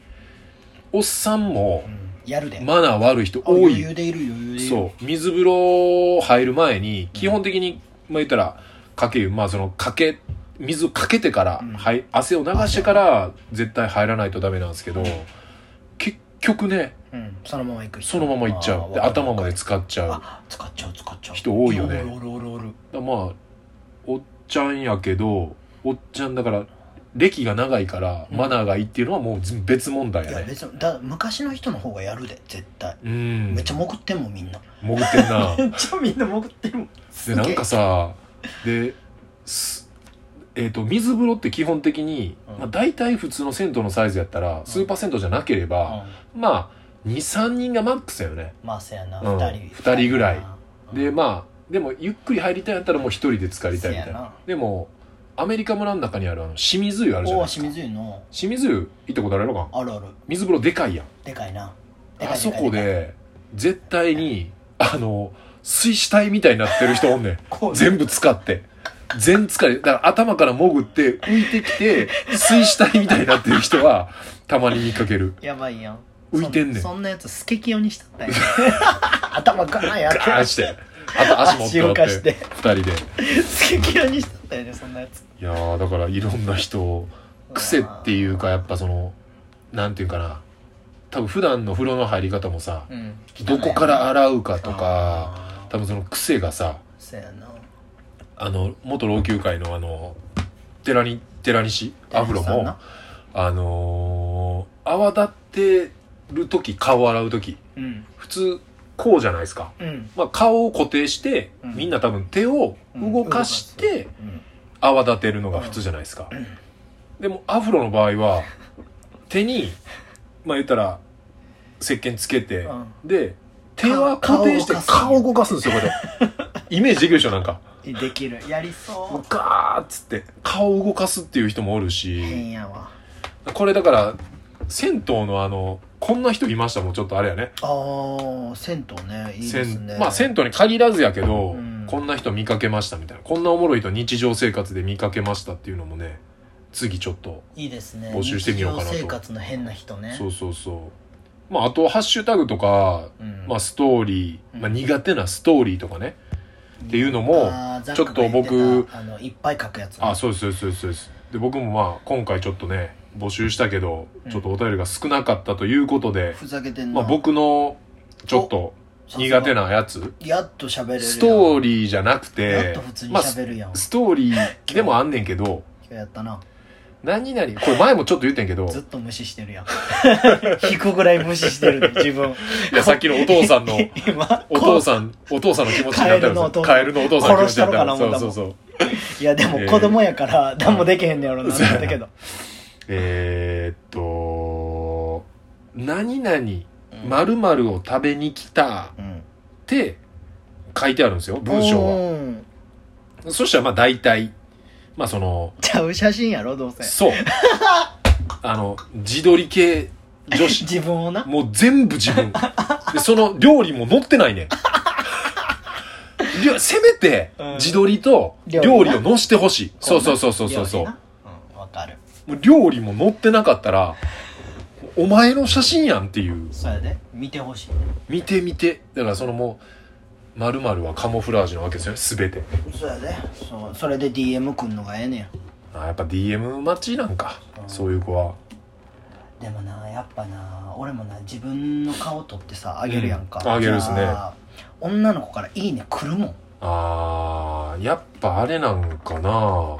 おっさんもうん。やるで。あ、マナー悪い人多余い、裕でいる、余裕でいる。そう水風呂入る前に基本的に、まあ言ったらかけ湯まあそのかけ水をかけてから、うんはい、汗を流してから絶対入らないとダメなんですけど結局ねうん。そのまま行く人。そのままいっちゃうであー頭まで。使っちゃうあ、使っちゃう、使っちゃう。人多いよねおるおるおるおる。だまあおっちゃんやけどおっちゃんだから歴が長いからうんマナーがいいっていうのはもうず別問題いややね別にだ昔の人の方がやるで絶対うんめっちゃ潜ってんもん みんな潜ってんなっちゃみんな潜ってるもんでなんかさですえー、と水風呂って基本的に、うんまあ、大体普通の銭湯のサイズやったらスーパー銭湯じゃなけれうんば、まあ23人がマックスやよねまあせやなうん2人二人ぐらいであまあでもゆっくり入りたいんやったらもう一人で浸かりたいみたいせなやなでもアメリカ村の中にあるあの清水湯あるじゃおないおですか清水湯の清水湯行ったことあるのかあるある水風呂でかいやんでかいなでかいあそかいこかいで絶対にあの水死体みたいになってる人おんねんこう全部使って全使いだから頭から潜って浮いてきて水死体みたいになってる人はたまに見かけるやばいやん浮いてんねんそそんなやつスケキヨにしたったん や頭ガーンやってガーンしてあと足持って足浮か折っしてて二人でスケキヨにしたったよねそんなやついやーだからいろんな人癖っていうかやっぱそのなんていうかな多分普段の風呂の入り方もさうんどこから洗うかとかあー多分その癖がさそうやなあの元老朽会のあの寺に寺西アフロさんもなあのー泡立ってる時顔洗う時うん普通こうじゃないですか、うんまあ、顔を固定して、うんみんな多分手を動かして泡立てるのが普通じゃないですか、うんでもアフロの場合は手にまあ言ったら石鹸つけて、うんで手は固定して顔顔をを動かすんですよこ れイメージできるでしょなんかうんできるやりそガーッつって顔を動かすっていう人もおるうし変やわこれだから銭湯のあのこんな人いましたもんちょっとあれやねあー銭湯ねいいですね銭まあ銭湯に限らずやけど、うんこんな人見かけましたみたいなこんなおもろい人日常生活で見かけましたっていうのもね次ちょっといいですね募集してみようかなと日常生活の変な人ねそうそうそうまああとハッシュタグとか、うんまあ、ストーリー、まあ、うん苦手なストーリーとかねっていうのもあーザッちょっクとが言てた僕あのいっぱい書くやつあそうですそうですそうですそうですで僕もまあ今回ちょっとね募集したけどうんちょっとお便りが少なかったということで、ふざけてんまな、あ、僕のちょっと苦手ななやつやっと喋れるストーーリーじゃなくやってと普通にまあ喋るやん、今ストーリーでもあんねんけど、日やったな何々、これ前もちょっと言ってんけど、ずっと無視してるやん 引くぐらい無視してるで自分いやさっきのお父さ んの、今お父さん、お父さんの気持ちになったらさ、カカエエルルののおお父父ささんんの気持殺しちたにろなかっなた思そったうそもんうそう。いやでも子供やから何もできへんねやろなと思ったけど、えー、っと、何々、うん〇〇を食べに来たうんって書いてあるんですよ、文章は。うんそしたらまあ大体、まあその、ちゃう写真やろどう せそう。あの、自撮り系女子。自分をなもう全部自分。で、その料理も載ってないねん。りょせめてうん、自撮りと料料理な理を載してほしい。そうそうそうそうそうそう。料理なうんわかるもう料理も載ってなかったら、お前の写真やんっていう。そうやで見てほしい見て見て。だからそのもう、まるはカモフラージュなわけですよね、すべて。そうやでそうそれで DM くんのがええねやあやっぱ DM 待ちなんか、そういう子は。でもなやっぱな俺もな自分の顔撮ってさあげるやんか、うんあげるっすねじゃあ女の子から「いいね」来るもんあー、やっぱあれなんかな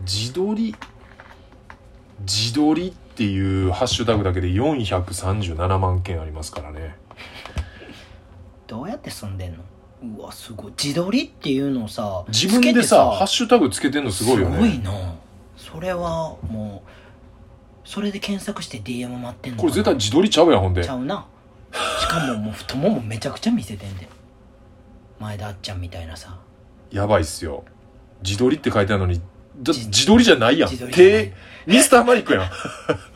自撮り、自撮りっていうハッシュタグだけで437万件ありますからね。どうやって住んでんのうわすごい自撮りっていうのをさ自分でつけてさ、ハッシュタグつけてんのすごいよすごいね。なそれはもうそれで検索して DM 待ってんのこれ絶対自撮りちゃうやん、ほんで。ちゃうなしかももう太ももめちゃくちゃ見せてんで前田あっちゃんみたいなさやばいっすよ。自撮りって書いてあるのに、だって自撮りじゃないやん。自撮りじゃない手、ミスターマリックやん。も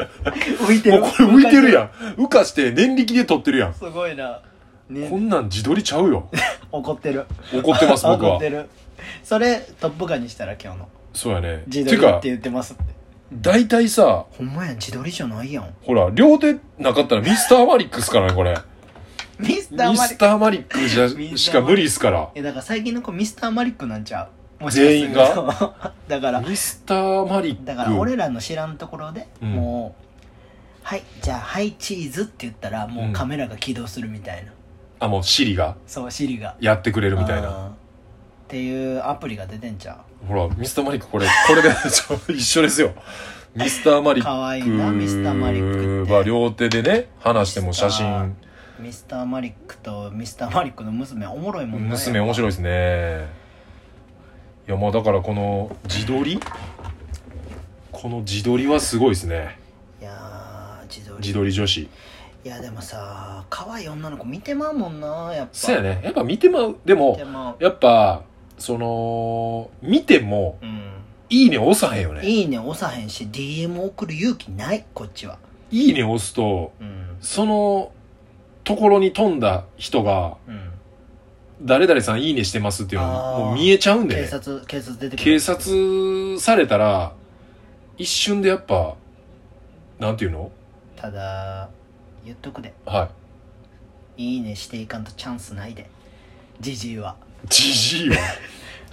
浮いてうこれ浮いてるやん。浮かして念力で撮ってるやん。すごいなこねんなん自撮りちゃうよ。怒ってる怒ってます、僕 怒はって。るそれトップガンにしたら今日のそうやね。自て撮りっかて、言ってますって大体さ、ほんまやん自撮りじゃないやんほら、両手なかったらミスターマリックっすからね、これ。ミスタミーマリスックターマリックじミスターマリックゃ、しか無理っすから。えだから最近の子ミスターマリックなんちゃうもしかすると 全員がだからミスターマリック。だから俺らの知らんところで、うんもう「はいじゃあはいチーズ」って言ったらもうカメラが起動するみたいな、あ、もうシリがそうシリがやってくれるみたいな。うんっていうアプリが出てんちゃほら、ミスターマリックこれ、これで ちょ一緒ですよ。ミスターマリック。可愛いなミスターマリックっては両手でね、話しても写真、うミスターマリックとミスターマリックの娘おもろいもんね娘面白いですね。いや、まあだからこの自撮りこの自撮りはすごいですね。いやー自撮り自撮り女子。いやでもさ可愛い女の子見てまうもんなやっぱそうやね。やっぱ見てまう。でも見て、まうやっぱ、その、見ても、うんいいね押さへんよね。いいね押さへんし DM 送る勇気ないこっちはいいね押すと、うんそのところに飛んだ人が、うん誰々さんいいねしてますっていうのあーももう見えちゃうんで、警ね、察警察出てくる警察されたら、一瞬でやっぱ、なんていうのただ言っとくではい「いいね」していかんとチャンスないでじじいは。じじ いは。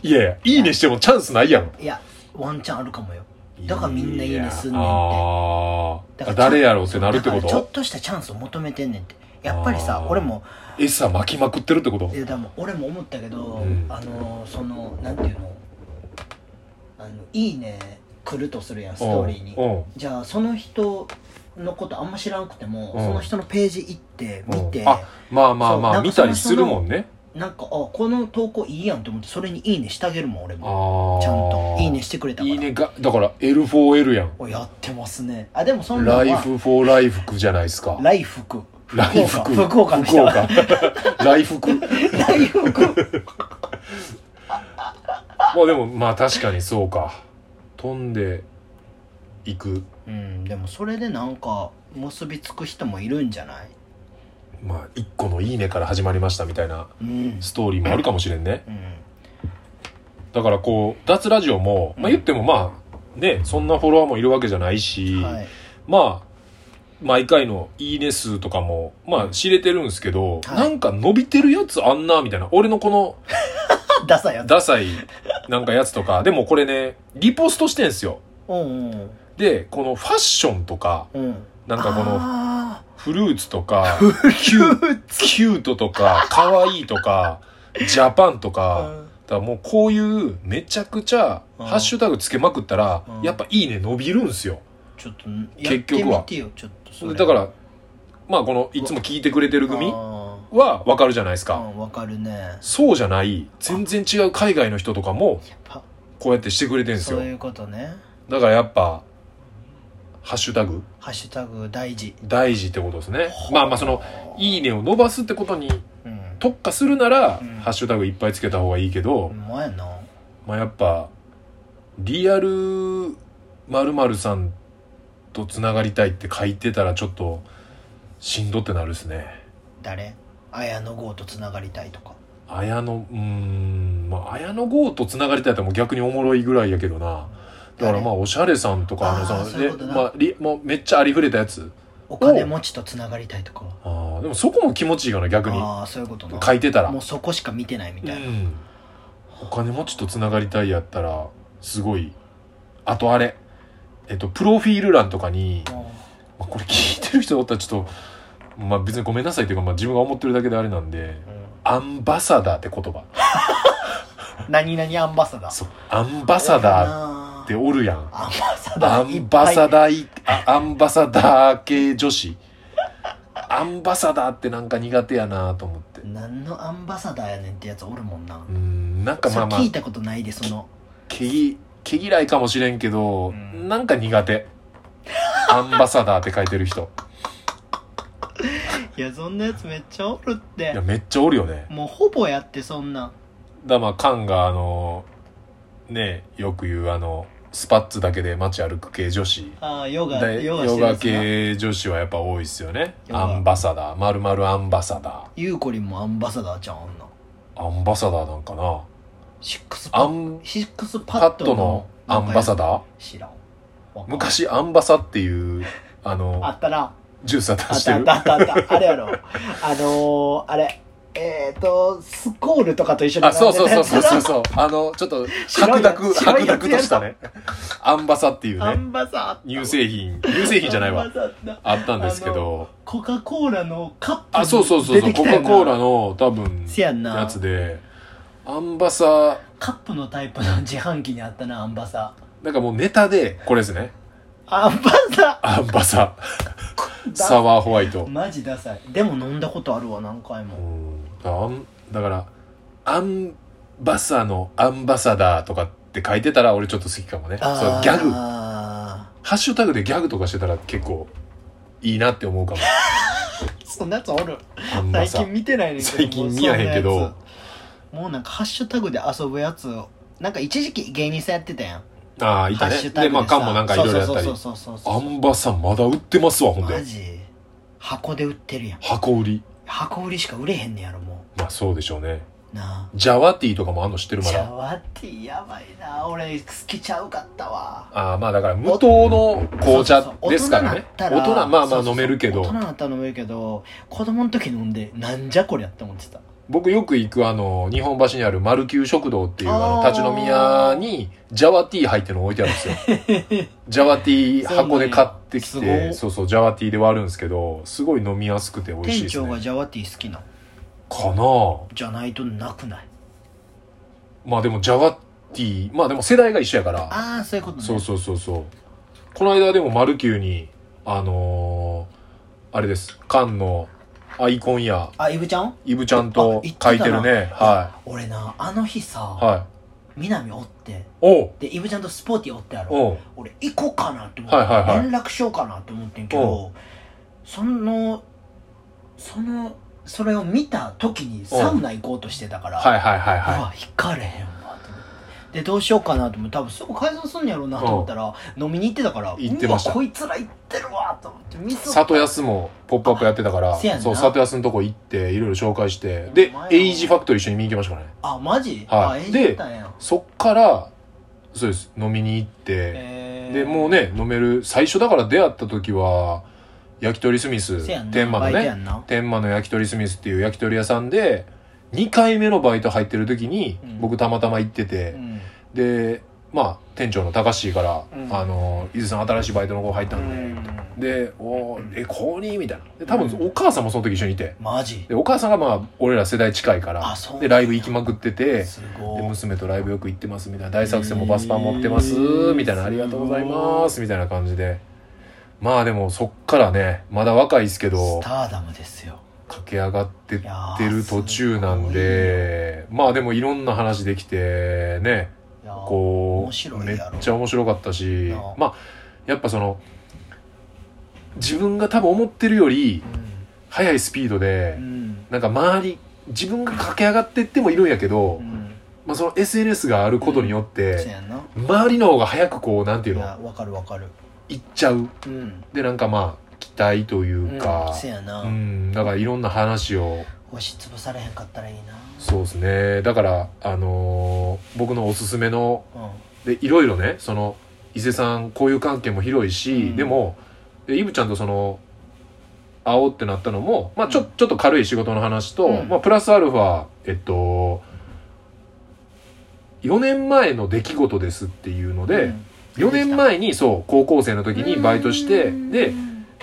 いやいや、いいねしてもチャンスないやろ。いやワンチャンあるかもよだからみんないいねすんねんってあーだだから誰やろうってなるってこだからちょとっとしたチャンスを求めてんねんってやっぱりあさー俺も餌巻きまくってるってこといやでも俺も思ったけど、うんあのそのなんていうのあのいいね来るとするやんストーリーにうんうんじゃあその人のことあんま知らなくても、うんその人のページ行って見て、うんあまあまあまそあうなんか見たりするもんねなんかあこの投稿いいやんと思ってそれに「いいね」してあげるもん俺あもーちゃんと「いいね」してくれたからいいねがだから L4L やんおやってますねあでもそんなんはライフ・フォー・ライフクじゃないですかライフク福ライフ岡ク福岡の人福岡 ライフクライフクまあでもまあ確かにそうか飛んでいくうんでもそれでなんか結びつく人もいるんじゃないまあ一個の「いいね」から始まりましたみたいなうんストーリーもあるかもしれんねうんだからこう脱ラジオも、まあ、言ってもまあねそんなフォロワーもいるわけじゃないし、はい、まあ毎回の「いいね」数とかもまあ知れてるんですけど、はいなんか伸びてるやつあんなみたいな俺のこの ダサいやつダサいなんかやつとかで もこれねリポストしてんすようんうんでこのファッションとかうんなんかこのあフルーツと かーキュキュートとか可愛いとかジャパンとか、うんだからもうこういうめちゃくちゃうんハッシュタグつけまくったらうんやっぱいいね伸びるんすよちょっと結局はやってみてよちょっとそれだからまあこのいつも聞いてくれてる組あはわかるじゃないですーかうんわかるねやそうじゃない全然違う海外の人とかもっぱこうやってしてくれてるんですそういようことねだからやっぱハッシュタグハッシュタグ大事大事ってことですねまあまあそのいいねを伸ばすってことにうん特化するならうんハッシュタグいっぱいつけた方がいいけどほんまやなまあやっぱリアル〇〇さんとつながりたいって書いてたらちょっとしんどってなるですね誰綾野剛とつながりたいとか綾野うーんまあ綾野剛とつながりたいってもう逆におもろいぐらいやけどなだからまあおしゃれさんとかあのあーそのそういうことねなまあ、りもうめっちゃありふれたやつお金持ちとつながりたいとかはあーでもそこも気持ちいいかな逆にああそういうことな書いてたらもうそこしか見てないみたいな、うんお金持ちとつながりたいやったらすごいあとあれえっとプロフィール欄とかにもまあこれ聞いてる人おったらちょっと、まあ、別にごめんなさいというか、まあ、自分が思ってるだけであれなんでううんアンバサダーって言葉何々アンバサダーそうアンバサダーーっておるやんアンバサアダーいっンぱいバサダーいあアンバサダー系女 子アンバサダーってなんか苦手やなと思って何のアンバサダーやねんってやつおるもんな、うんなんかそまれあまあ聞いたことないでその毛ぎ毛嫌いかもしれんけど、うんなんか苦 手アンバサダーって書いてる人いやそんなやつめっちゃおるっいてやめっちゃおるよねもうほぼやってそんなだからまあカンがあのねよく言うあのスパッツだけで街歩く系女子ああヨガでヨガヨしてるやガつな系女子はやっぱ多いですよねヨガアンバサダーまるまるアンバサダゆうこりんもアンバサダーちゃんあんなーアンバサダーなんかなシックスパアッンシックスパパッッドドののアンバサーダー知らんわかんない昔アンバサっていうああのったなジュースは出あっしてたあっるたあったあったあれやろあのー、あれえっ、ー、とスコールとかと一緒にあ、そ並んうでそうたそやうつそうそうそう。あの、ちょっと、白濁、白白いやつ濁としたね。アンバサっていうアね、ンバサー乳製品、乳製品じゃないアンわバ。サダーあったんですけど。コカ・コーラのカップあ、そうそうそうそう、出てコきたよカ・なコーラの多分、せやんなやつで、アンバサ、カップのタイプの自販機にあったなアンバサなんかもうネタで、これですね。アンバサアンバサ、だサワーホワイト。マジダサいでも飲んだことあるわ何回うもんだあんだから、アンバサのアンバサダーとかって書いてたら俺ちょっと好きかもね。そうあーギャグ。あハッシュタグでギャグとかしてたら結構いいなって思うかも。ーそんなやつおるアンバ最サ近見てないねんけど最近見やへんけどもうそなやつもうなんかハッシュタグで遊ぶやつをなんか一時期芸人さんやってたやんああ、いハたッね。シュタグで、まあ、さ缶もなんかいろいろやったりそう。そうそうそうアそうンバさんまだ売ってますわ、ほんマで。ジ箱で売ってるやん箱売り。箱売りしか売れへんねやろもまあ、そうでしょうね。うなあジャワティとかもあんの知ってるまジャだ。ワティやばいな俺好きちゃうかったわああ、まあだから、無糖の紅そう茶そうそうですからね。大大人にな人ったら、まあまそあうそうそう飲めるけど大人。になったら飲めるけど子供の時飲んでなんじゃこりゃって思ってた僕よく行くあの、日本橋にある丸九食堂っていうあの、あー立ち飲み屋に、ジャワティー入ってるの置いてあるんですよ。 ジャワティー箱で買ってきそうなんやすごて、っそうそう、ジャワティーで割るんですけど、すごい飲みやすくて美味しい店です長がね。ジャワティー好きなのかなぁじゃないとなくないまあでもジャワティー、まあでも世代が一緒やから、ああそういうことねそうそうそうそう。この間でもマルキューに、あのーあれです、缶のアイコンや、あイブちゃんイブちゃんあと言ってた書ないてるね。は俺なあの日さ、い。はい。南おっておうでイブちゃんとスポーティーおってやろおう俺行こうかなって思って、はいはいはい連絡しようかなって思ってんけどそのそのそれを見た時にサウナ行こうとしてたから、はいはいはいうはわ引かれへんわと思ってでどうしようかなと思って多分すぐ解散すんのやろうなと思ったら飲みに行ってたから行ってましたうわこいつら行ってるわと思ってミい。ス里安もポップアップやってたから、あせやんなそう、里安のとこ行って、いろいろ紹介して、おで前は、エイジファクトリー一緒に見に行きましたからね。あマジ、はいあ演じてたんやそっから、そうです、飲みに行って、えーで、もうね、飲める、最初だから出会った時は、焼き鳥スミス、せやんな天満のバイトねや、んな天満の焼き鳥スミスっていう焼き鳥屋さんで2回目のバイト入ってる時にうん僕たまたま行ってうて、んでまあ店長の高志から「うんあの伊豆さん新しいバイトの子入ったんで」みたいなで「おーえ高2」みたいなで多うん分お母さんもその時一緒にいてマジでお母さんがまあ俺ら世代近いかあらそうでライブ行きまくってて。すでごい娘とライブよく行ってますみたいな大作戦もバスパン持ってますみたいなありがとうございますみたいな感じでまあでもそっからねまだ若いですけどスターダムですよ駆け上がってっいやてる途中なんでまあでもいろんな話できてねここ面白ういめっやろちゃ面白かったしなあまあやっぱその自分が多分思ってるより速いスピードでうんうんなんか周り自分が駆け上がってってもいるんやけどう、んまあ、その SNS があることによっそうてやんな周りの方が早くこうなんていいうやのわかるわかる行っちゃううんでなんかまあ期待といううんか、せやな、うん、だからいろんな話を押し潰されへんかったらいいなそうですねだからあのー僕のおすすめのうんでいろいろねその伊勢さん交友関係も広いし、うんでもでイブちゃんとその会おうってなったのも、まあ、ちょうんちょっと軽い仕事の話と、うんまあ、プラスアルファえっと4年前の出来事ですっていうので、うん4年前にそう高校生の時にバイトしてうんで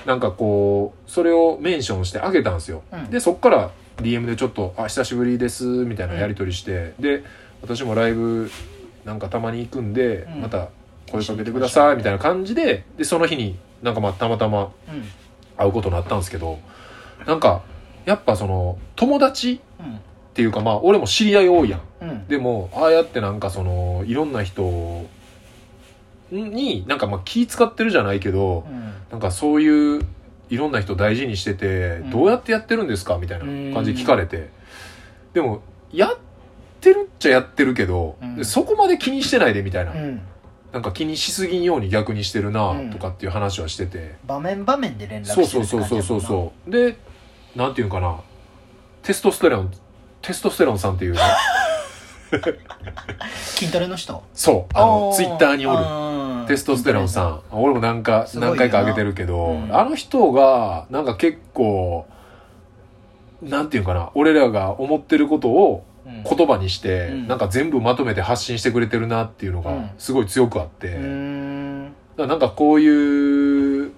なんかこうそれをメンションしてあげたんですよ。うんでそっから DM でちょっと「あ久しぶりです」みたいなやり取りして、で私もライブなんかたまに行くんで、うんまた声かけてください一緒に行きましょうみたいな感じででその日になんかまあたまたまうん会うことになったんですけどなんかやっぱその友達っていうかまあ俺も知り合い多いやんうんうんでもああやってなんかそのいろんな人になんかまあ気使ってるじゃないけど、うんなんかそういういろんな人大事にしてて、うんどうやってやってるんですかみたいな感じで聞かれて、でもやってるっちゃやってるけど、うんでそこまで気にしてないでみたいな、うんなんか気にしすぎんように逆にしてるなとかっていう話はしてて、場面場面で連絡してそるうそうそうそうそううそうでなんていうんかなテストステロンテストステロンさん っていうね筋トレの人そうあのツイッターにおるるテストステロンさん俺もなんかすごいよな何回か上げてるけど、うんあの人がなんか結構なんていうかな俺らが思ってることをん言葉にして、うんなんか全部まとめて発信してくれてるなっていうのうんがすごい強くあって、うだかんうんらなんかこういう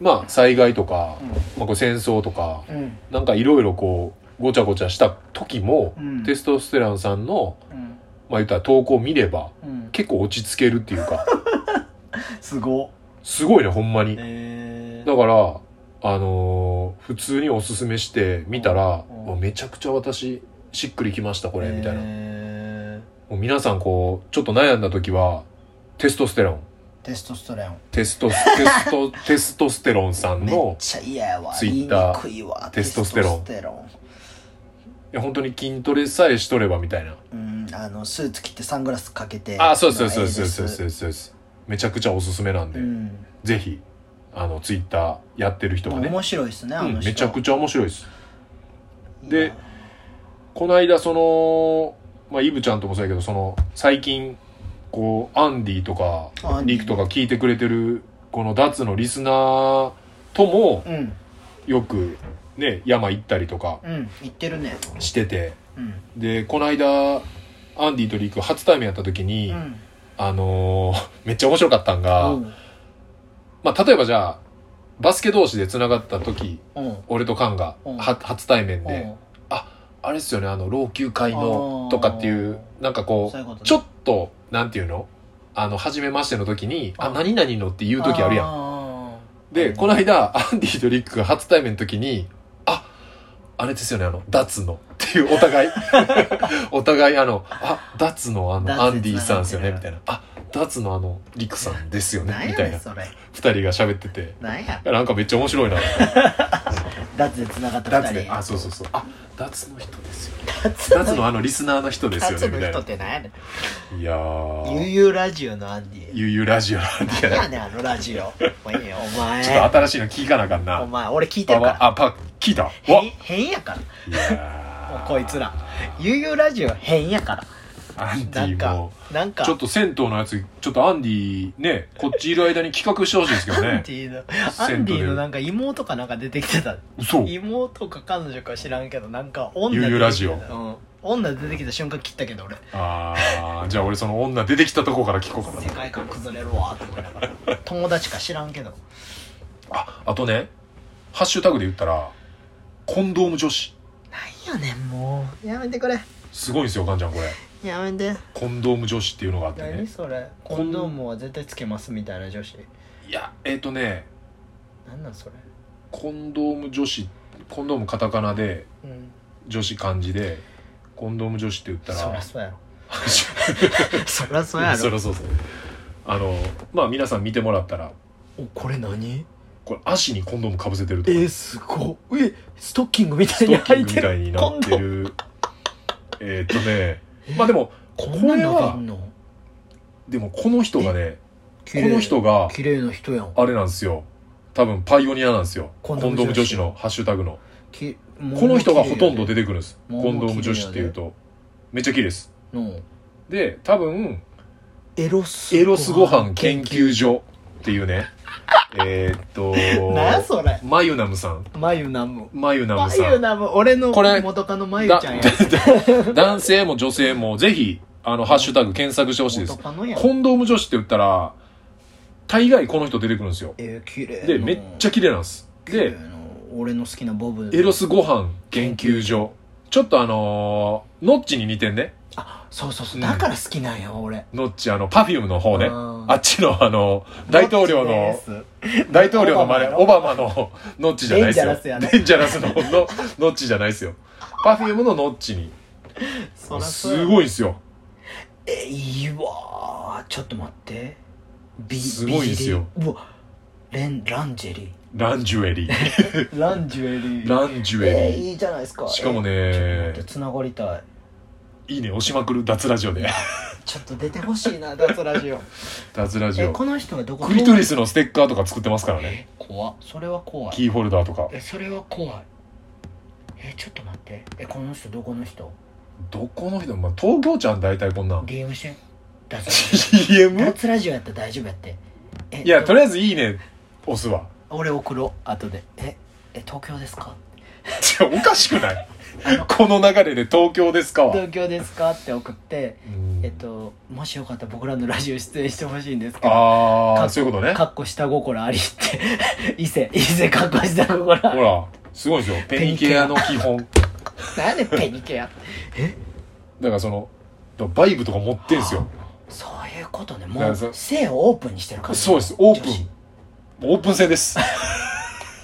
まあ災害とか、まあ、こう戦争とかうんなんかいろいろこうごちゃごちゃした時も、うんテストステロンさんのうんまあ言ったら投稿を見ればうん結構落ち着けるっていうかすごっすごいねほんまに。えーだから、あのー普通におすすめして見たら、うんうわめちゃくちゃ私、しっくりきました、これ、みたいな。もえう皆さん、こう、ちょっと悩んだ時は、テストステロン、ーテストステロンテストス、テス ト、テストステロンさんめっの、ちゃ嫌やわツイ言いッにターくいわテストステロンテストステロンいや本当に筋トレさえしとれば、みたいな。うんあのスーツ着てサングラスかけてあ、そうです、そうです、そうです、そうですうそうです、そうです。めちゃくちゃおすすめなんで、んぜひ、あの、ツイッターやってる人がね、面白いですねあうんの人めちゃくちゃ面白いです。いいなでこの間その、まあ、イブちゃんともそうやけどその最近こうアンディとかアンディリクとか聞いてくれてるこのダツのリスナーともうんよくね、山行ったりとかうん行ってるねしてて、うんで、この間、アンディとリーク初対面やった時に、うんあのー めっちゃ面白かったんが、おうまあ、例えばじゃあ、バスケ同士で繋がった時、おう俺とカンが、うんは初対面で、おうあれですよね、あの、老朽会のあーとかっていう、なんかこそうう、いうことねちょっと、なんていうのあの、初めましての時に、あ、うん何々のって言う時あるやん。んで、この間、アンディとリックが初対面の時に、あ、あれですよね、あの、ダツのっていう、お 互い。お互い、あの、あ、ダツのあダの、アツンディさんですよね、つながみったていな。あ、ダツのあの、リクさんですよね、何みやたね、いなんそれ二人が喋ってて。何やなんかめっちゃ面白いな。ダツで繋がったダ2ツ人で、あ、そうそうそう。あ、ダツの人ですよ。ダツダツのあの、リスナーの人ですダよツね、みたいの人なっ。て何やねんいやー、悠々ラジオのアンディゆうゆうラジオなんて何やねんあのラジオお前お ちょっ前と新しいの聞かなあかんおな。前俺聞いてあ、るからわあ、パ、聞いた。わ 変変やからいやーこいつら悠々ラジオ変やからアンデなんィかもなんかちょっと銭湯のやつちょっとアンディねこっちいる間に企画してほしいですけどアンねディのア銭湯ンでディのなんか妹かなんか出てきてたそう妹か彼女か知らんけどなんか女悠々ラジオ出てきてたうん女出てきた瞬間切ったけど俺ああじゃあ俺その女出てきたとこから聞こうかな世界観崩れるわと思いなが ら友達か知らんけどああとねハッシュタグで言ったらコンドーム女子なんやねんもうやめてくれすごいんですよかんちゃんこれやめてコンドーム女子っていうのがあって何ねそれこんコンドームは絶対つけますみたいな女子いやえっ、とねなんなんそれコンドーム女子コンドームカタカナでうん女子漢字でコンドーム女子って言ったらそりゃそうやろ ハッシュそりゃそうやそろりゃそうそうあのまあ皆さん見てもらったらおこれ何これ足にコンドームかぶせてるとえかー、すごいえストッキングみたスいトにッキ履ンいグみてたるいになってるえーっとねまあでもここんなれの出はんのでもこの人がねこ綺麗の人が綺麗な人やんあれなんですよ多分パイオニアなんですよココンンドドーームム女女子子のハッシュタグのきこの人がほとんど出てくるんですもうコンドーム女子っていうとめっちゃ綺麗ですので多分エロスエロスご飯研究所っていうねえーっと なんやそれマユナムさんマユナムマユナムマさんユナム俺のこれ元カノマユだちゃんや男性も女性もぜひあのハッシュタグ検索してほしいです元カノやんコンドーム女子って言ったら大概この人出てくるんですよえー、綺麗でめっちゃゃ綺麗なんですで俺の好きなボブエロスご飯研究所ちょっとあのーノッチに似てんねあそうそうそうだから好きなんや俺ノッチあのパフュームの方ねうんあっちのあの大統領の大統領の真似オオバマのノッチじゃないですよデンジャラスやねデンジャラスののノッチじゃないですよパフュームのノッチにそらそうすいごいんですよえいいわーちょっと待ってビすごいですよビジリうわレンランジェリランジュエリーーランジュエリランジュエリえーー、いいじゃないですかしかもねえーちょっと待ってつながりたいいいね押しまくる脱ラジオでちょっと出てほしいな脱ラジオ 脱ラジえオこの人はどこクリトリスのステッカーとか作ってますからね怖っそれは怖いキーホルダーとかえそれは怖いえちょっと待ってえこの人どこの人どこの人、まあ、東京ちゃん大体こんなん DM して脱ラジオ CM? 脱ラジオやったら大丈夫やってえいやとどりあえず「いいね」押すわ俺送ろう後でええ東京ですかちょおかしく ない この流れで「東京ですかは」東京ですかって送ってうんえっともしよかったら僕らのラジオ出演してほしいんですけどあかあそういうことねかっこ下心ありって 伊勢伊勢かっこ下心ほらすごいですよペニケアの基 本だかなんでペニケアらそのバイブとか持ってんすよそういうことねだかもらそう性をオープンにしてる感じそうですオープン女子オープン戦 です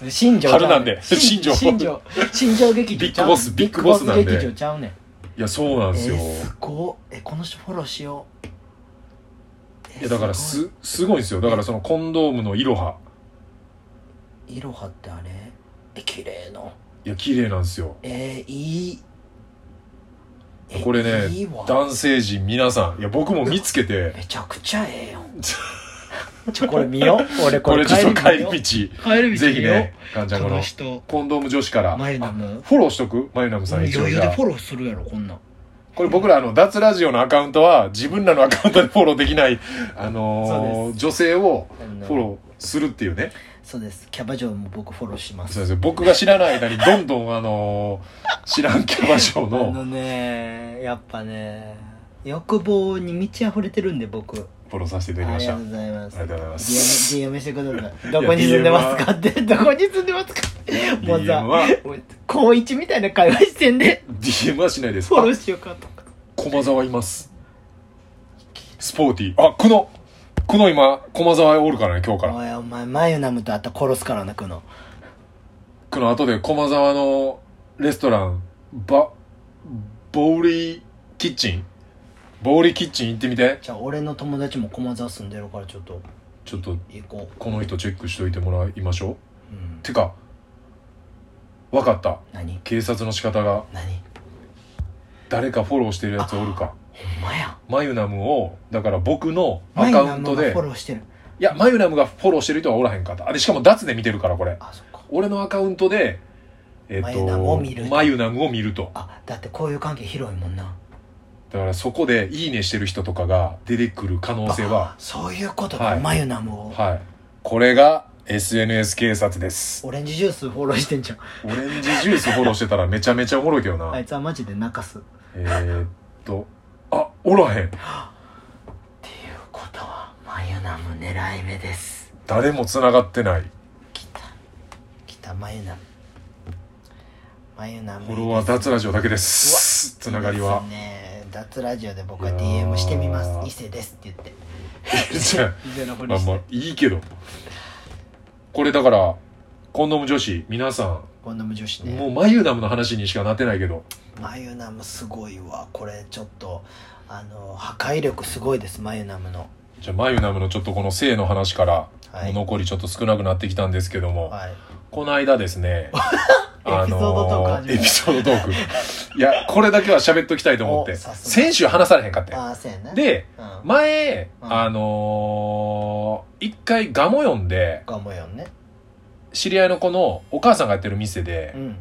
新庄春なんで新新庄庄新庄新庄劇場ビッグボスビッグボスなんでビッグ劇場ちゃうねんいやそうなんえですよー、すごいえこの人フォローしようえいやだからごいすすごいんですよだからそのコンドームのイロハイロハってあれえ綺麗ないや綺麗なんですよえー、いいえこれねいいわ男性陣皆さんいや僕も見つけてめちゃくちゃえ えよちょこれ見よう俺こ これれちょっと帰帰りり見よ道う帰り道ぜひ見ようねかんちゃんここのの人コンドーム女子からマイナムフォローしとくマユナムさん余一応裕じでゃあフォローするやろこんなんこれ僕らあの脱ラジオのアカウントは自分らのアカウントでフォローできないあのーそうで女性をフフォローするっていうねそうですキャバ嬢も僕フォローしますそうです僕が知らない間にどんどんあの知らんキャバ嬢あののねやっぱね欲望に満ち溢れてるんで僕フォローさせていただきあまりしがたとうございますありがとうございます DM, DM してくださいどこに住んでますかって どこに住んで ますかってもう DM さは高一みたいな会話して んで DM はしないですフォローしようかとか駒沢いますスポーティーあ久野久野今駒沢おるからね今日からおいお前マユナムと会ったら殺すからなくの久野後で駒沢のレストランバボーリーキッチンボーリーキッチン行ってみてじゃあ俺の友達も駒沢住んでるからちょっとちょっと行ここの人チェックしといてもらいましょうう、うん、てかわかった何警察の仕方が何誰かフォローしてるやつおるかほんまやマユナムをだから僕のアカウントマユナムがでフォローしてるいやマユナムがフォローしてる人はおらへんかったあれしかも脱で見てるからこれあそっか俺のアカウントでえっマユナムを見るとマユナムを見るとあだってこういう関係広いもんなだからそこで「いいね」してる人とかが出てくる可能性はあそういうことか、はいマユナムをはいこれが SNS 警察ですオレンジジュースフォローしてんじゃんオレンジジュースフォローしてたらめちゃめちゃおもろいけどな、あいつはマジで泣かすってえーっとあおらへんいうことはマユナム狙い目です誰も繋がって ない来た来たマユナムマユナムフォロワー脱ラジオだけでうわすつながりはですね脱ラジオで僕はいや DM ーしてみます伊勢ですって言ってじゃあ 伊勢のふまりあしまあていいけどこれだからコンドーム女子皆さコンドーム女子んもねうマユダムの話にしかなってないけどマユナムすごいわこれちょっとあの破壊力すごいですマユナムのじゃあマユナムのちょっとこの性の話からはもうい残りちょっと少なくなってきたんですけども、はいこの間ですね エピソードトークあの始めエたピソードトークいやこれだけは喋っときたいと思っておさすが先週話されへんかったよああそうやねでうん前、うんあのー一回ガモ読んでガモヨンね知り合いの子のお母さんがやってる店で、うん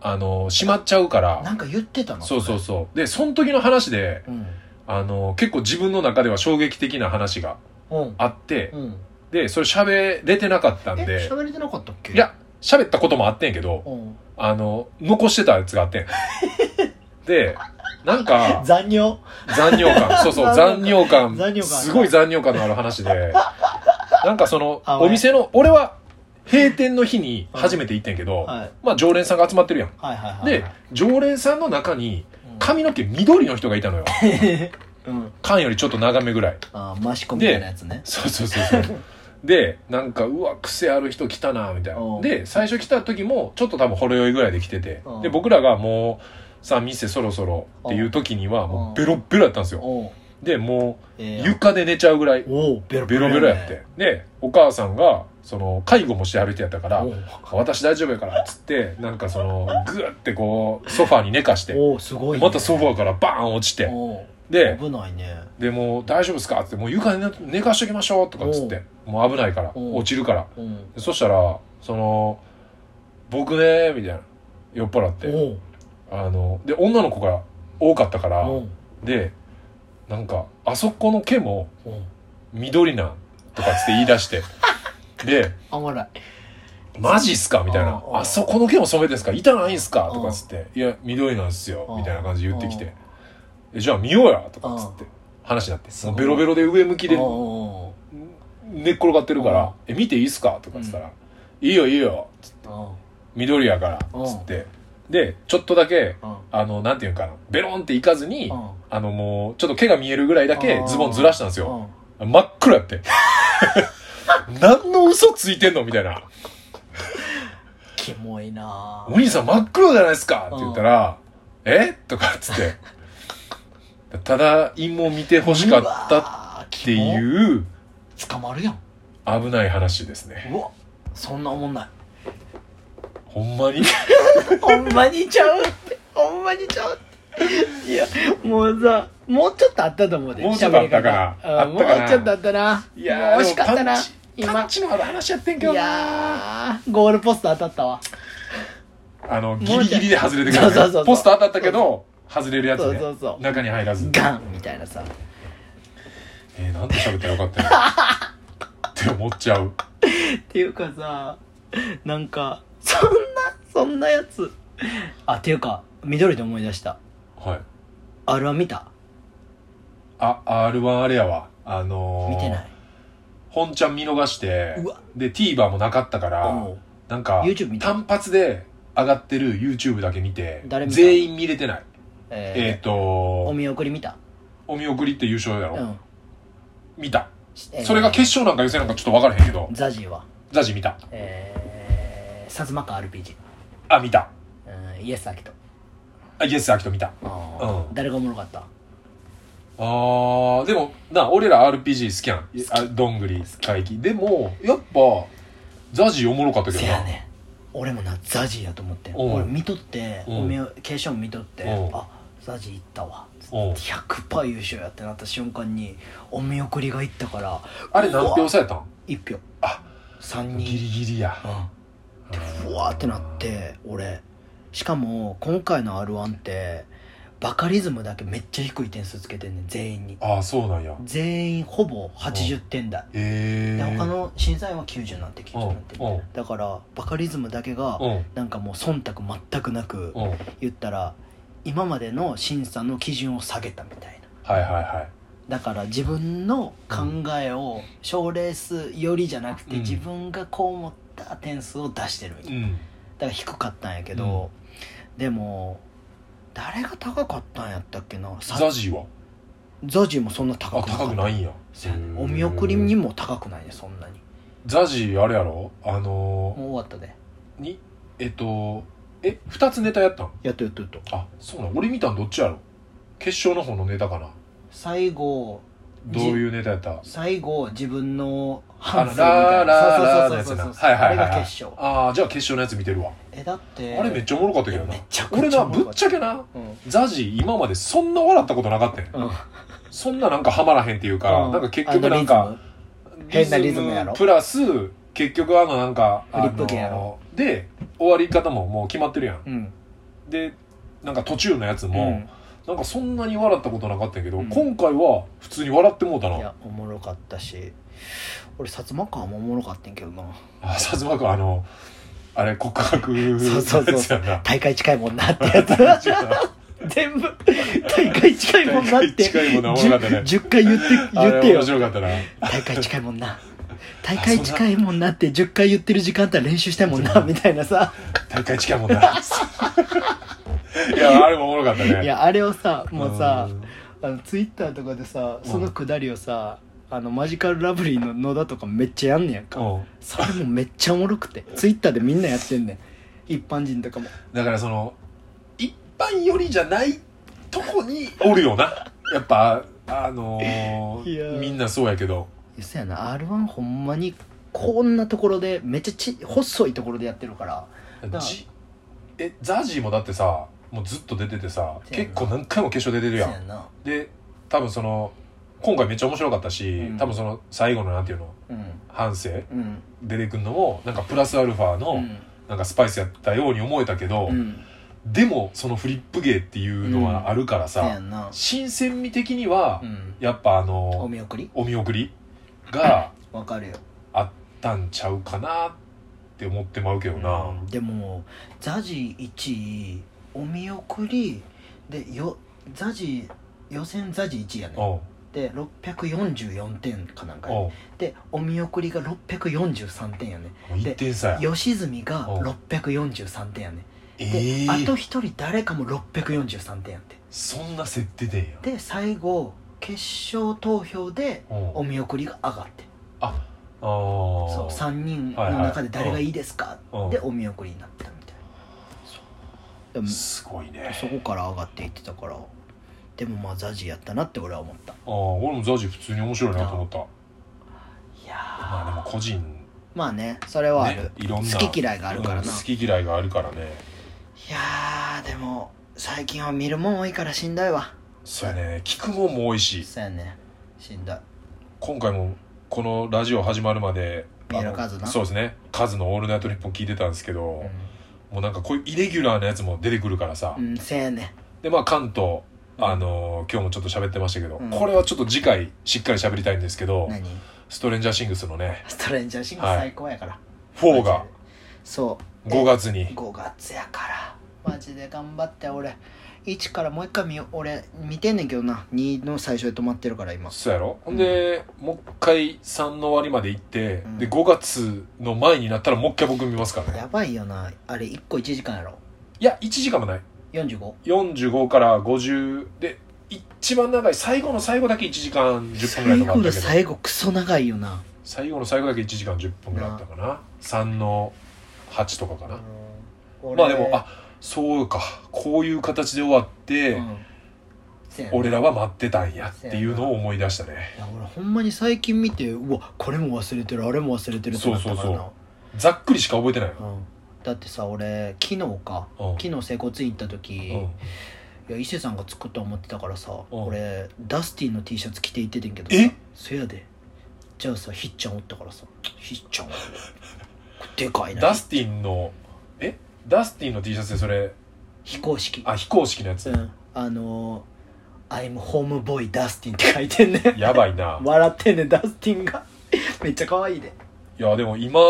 あのー閉まっちゃうからなんか言ってたのそうそうそそうでその時の話で、れうんあのー結構自分の中では衝撃的な話がうんあって、うんでそれ喋れてなかったんえで喋れてなかったっけいや喋ったこともあってんけど、うんあの、残してたやつがあってん。で、なんか、残尿残尿 感。そうそう、残残尿感。残尿感すごい残尿感のある話で。なんかその、あお店の、俺は閉店の日に初めて行ってんけど、はいまあ常連さんが集まってるやん。はいはいはいで、常連さんの中にうん髪の毛緑の人がいたのよ。 うん缶よりちょっと長めぐらい。ああマシコみたいなやつねそうそうそうそう。 で、なんか、うわ、癖ある人来たな、みたいうんな。で、最初来た時も、ちょっと多分ほろ酔いぐらいで来ててうん。で、僕らがもう、さあ、店そろそろっていう時には、もうベロッベロやったんですよ。おうで、もう、えー床で寝ちゃうぐらい、おうベロベロベロやって。で、お母さんが、その、介護もして歩いてやったからお、う私大丈夫やから、つって、なんかその、ぐーってこう、ソファーに寝かして、おうすごいねまたソファーからバーン落ちて、おうで、危ないねでもう大丈夫ですかってもう床に寝寝かしときましょうとかっつってもう危ないからうん落ちるからうんそしたらその僕ねみたいな酔っ払っておうあので女の子が多かったからおうでなんかあそこの毛もおう緑なんとかっつって言い出 してであおもろいマジっすかみたいなうんあそこの毛も染めてんすか痛ないんすかうんとかっつっていや緑なんすようんみたいな感じで言ってきてえじゃあ見ようやとかっつって話になってすもごいうベロベロで上向きでおうおう寝っ転がってるから「え見ていいっすか?」とかっつったら「いいよいいよおう緑やから」うんっつってでちょっとだけおうあのなんていうんかなベロンっていかずにおうあのもうちょっと毛が見えるぐらいだけうんズボンずらしたんですおよう真っ黒やって 何の嘘ついてんのみたいなキモ「いなお兄さん真っ黒じゃないですか」って言ったら「えとかっつ ってただ陰謀見てほしかったっったていう捕まるやん危ない話ですねうわそんなもんなほんまにいほんまにちゃうってほんまにちゃうっていやもうさもうちょっとあったと思うでもうちょっとあったかな喋り方うんあったかなもうちょっとあったないいやー惜しかったなでも今パンチのある話やってんいけどなやーゴールポスト当たったわあのギリギリで外れてくるそうそうそうそうポスト当たったけど外れるやつそうねそうそう中に入らずガンみたいなさ えー、なんて喋ったらよかったのって思っちゃうっていうかさなんかそんなそんなやつあっていうか緑で思い出したはい。 R は見たあ、R1 あれやわ。あのー、見てない本ちゃん見逃してうわ、で、TVer もなかったから、うんなんか、 YouTube 見た単発で上がってる YouTube だけ見て、誰見た全員見れてない。えっ、えーおと、見送り見たお見送りって優勝やろ、うん見た。えーそれが決勝なんか予選なんかちょっと分からへんけど、ザジーはザジ見た。えー、薩摩川 RPG あ、見た。うんイエス・アキトあ、イエス・アキト見た。あーうん誰がおもろかったあー、でも、な、俺ら RPG スキャンいあ、どんぐり、怪奇。でも、やっぱ、ザジおもろかったけせどやな。ね俺もなザジーやと思ってんうん俺見とってうんお見よ決勝見とってうんあザジー行ったわうん100%優勝やってなった瞬間にお見送りが行ったからあれ何う票わされたん1票あ3ギ人リギリや。うわーってなって俺しかも今回の r 1ってバカリズムだけめっちゃ低い点数つけてんねん全員にああそうなんや全員ほぼ80点台へでえ他の審査員は90なんて90なんてうんうんだからバカリズムだけがうんなんかもう忖度全くなくうんはい言ったら今までの審査の基準を下げたみたいなはいはいだから自分の考えを賞レースよりじゃなくてうん自分がこう思った点数を出してるみたいなうんだから低かったんやけど、でも誰が高かったんやったっけなさザジーはザジーもそんな高あくなか高くったないんやそうやねお見送りにも高くないねそんなにザジーあれやろあものう終わったでーにえっとえ二つネタやったんやっとやっとやっとあそうなん俺見たんどっちやろ決勝の方のネタかな最後どういうネタやった最後自分のあ反省のみたラーいなラーラーのそやつうそうそうなそうそはういあはれいはがい決はい勝ああじゃあ決勝のやつ見てるわえだってあれめっちゃおもろかったけどなめちゃくちゃ俺なおもろぶかっったちゃけなうんザジー今までそんな笑ったことなかったんやうんそんななんかハマらへんっていうか、うなんか結局なんか、変なリズムやろプラス、結局あのなんか、フリップ系やろあので、終わり方ももう決まってるやんあ。のリズムで、なんか途中のやつうん、も、なんかそんなに笑ったことなかったんやけど、うん今回は普通に笑ってもうたうん、いな。やおもろかったし俺薩摩川もおもろかったんけどなあ、薩摩君あの、あれ告白そうそうそうやつやんな。大会近いもんなってやつ全部大会近いもんなって大会近いもんなおもろかったね 10, 回言ってあ言ってれ面よ白かったな。大会近いもんな大会近いもんなって10回言ってる時間帯練習したいもんなみたいなさ大会近いもんな。いや、あれもおもろかったね。いやあれをさもうさんあのツイッターとかでさうんそのくだりをさあのマジカルラブリーの野田とかめっちゃやんねやんかうんそれもめっちゃおもろくてツイッターでみんなやってんねん一般人とかもだからその一般よりじゃないとこにおるよなやっぱあのーいやーみんなそうやけどそやな r 1ほんまにこんなところでめっちゃち細いところでやってるかららじえザジーもだってさもうずっと出ててさそうやな結構何回も決勝出てるやそんなで多分その今回めっちゃ面白かったし、うん多分その最後のなんていうのうん反省うん出てくんのもなんかプラスアルファうのんなんかスパイスやったように思えたけど、うんでもそのフリップ芸っていうのはあるからそやさ、な新鮮味的にはうんやっぱあのーお見送りお見送りがわかるよあったんちゃうかなって思ってまうけどな、うんでもザジ1位お見送りでよザジ予選ザジ1位やねんおうで644点かなんかやおうでお見送りが643点やねもう1点差や吉住がうん643点やねえで、えあと1人誰かも643点やってそんな設定でんやで最後決勝投票でおおう見送りが上がってあーそう3人の中で誰がいいですかはいはいうんでお見送りになったみたいなそうでもすごいねそこから上がっていってたからでもまあザジやったなって俺は思ったあー俺もザジ普通に面白いなと思ったいやまあでも個人まあねそれはある、ねいろんな好き嫌いがあるからな、うんい好き嫌いがあるからねやーでも最近は見るもん多いからしんどいわそうやね聞くもんも多いしそうやねしんどい今回もこのラジオ始まるまでメールあの数なそうですね数の「オールナイトニッポン」聞いてたんですけど、もうなんかこういうイレギュラーなやつも出てくるからさ、うん、うん、せやねでまあ関東あのー今日もちょっと喋ってましたけど、うんこれはちょっと次回しっかり喋りたいんですけど、何ストレンジャーシングスのね、ストレンジャーシングス最高やから、 4がそう5月に、 5月やからマジで頑張って俺1からもう一回見よう俺見てんねんけどな2の最初で止まってるから今そうやろほんで、もう一回3の終わりまで行って、うんで5月の前になったらもう一回僕見ますからねやばいよなあれ1個1時間やろいや1時間もない 45? 45から50で一番長い最後の最後だけ1時間10分ぐらい最とかあ後ったけのど最後クソ長いよな最後の最後だけ1時間10分ぐらいあったかな3の8とかかな、まあでもあそうかこういう形で終わって、うんせやな俺らは待ってたんやっていうのを思い出したねいや俺ほんまに最近見てうわこれも忘れてるあれも忘れてるってなったからなそうそうざっくりしか覚えてないよ、うんだってさ俺昨日かうん昨日整骨院行った時、うんいや伊勢さんが作った思ってたからさ、うん俺ダスティンの T シャツ着て行っててんけどえさそやでじゃあさひっちゃんおったからさひっちゃんお るでかいなダスティンのえダスティンの T シャツでそれ非公式あ非公式のやつ、うんあのー「I'm home boy ダスティン」って書いてんねやばいな笑ってんねダスティンがめっちゃ可愛いでいやでも今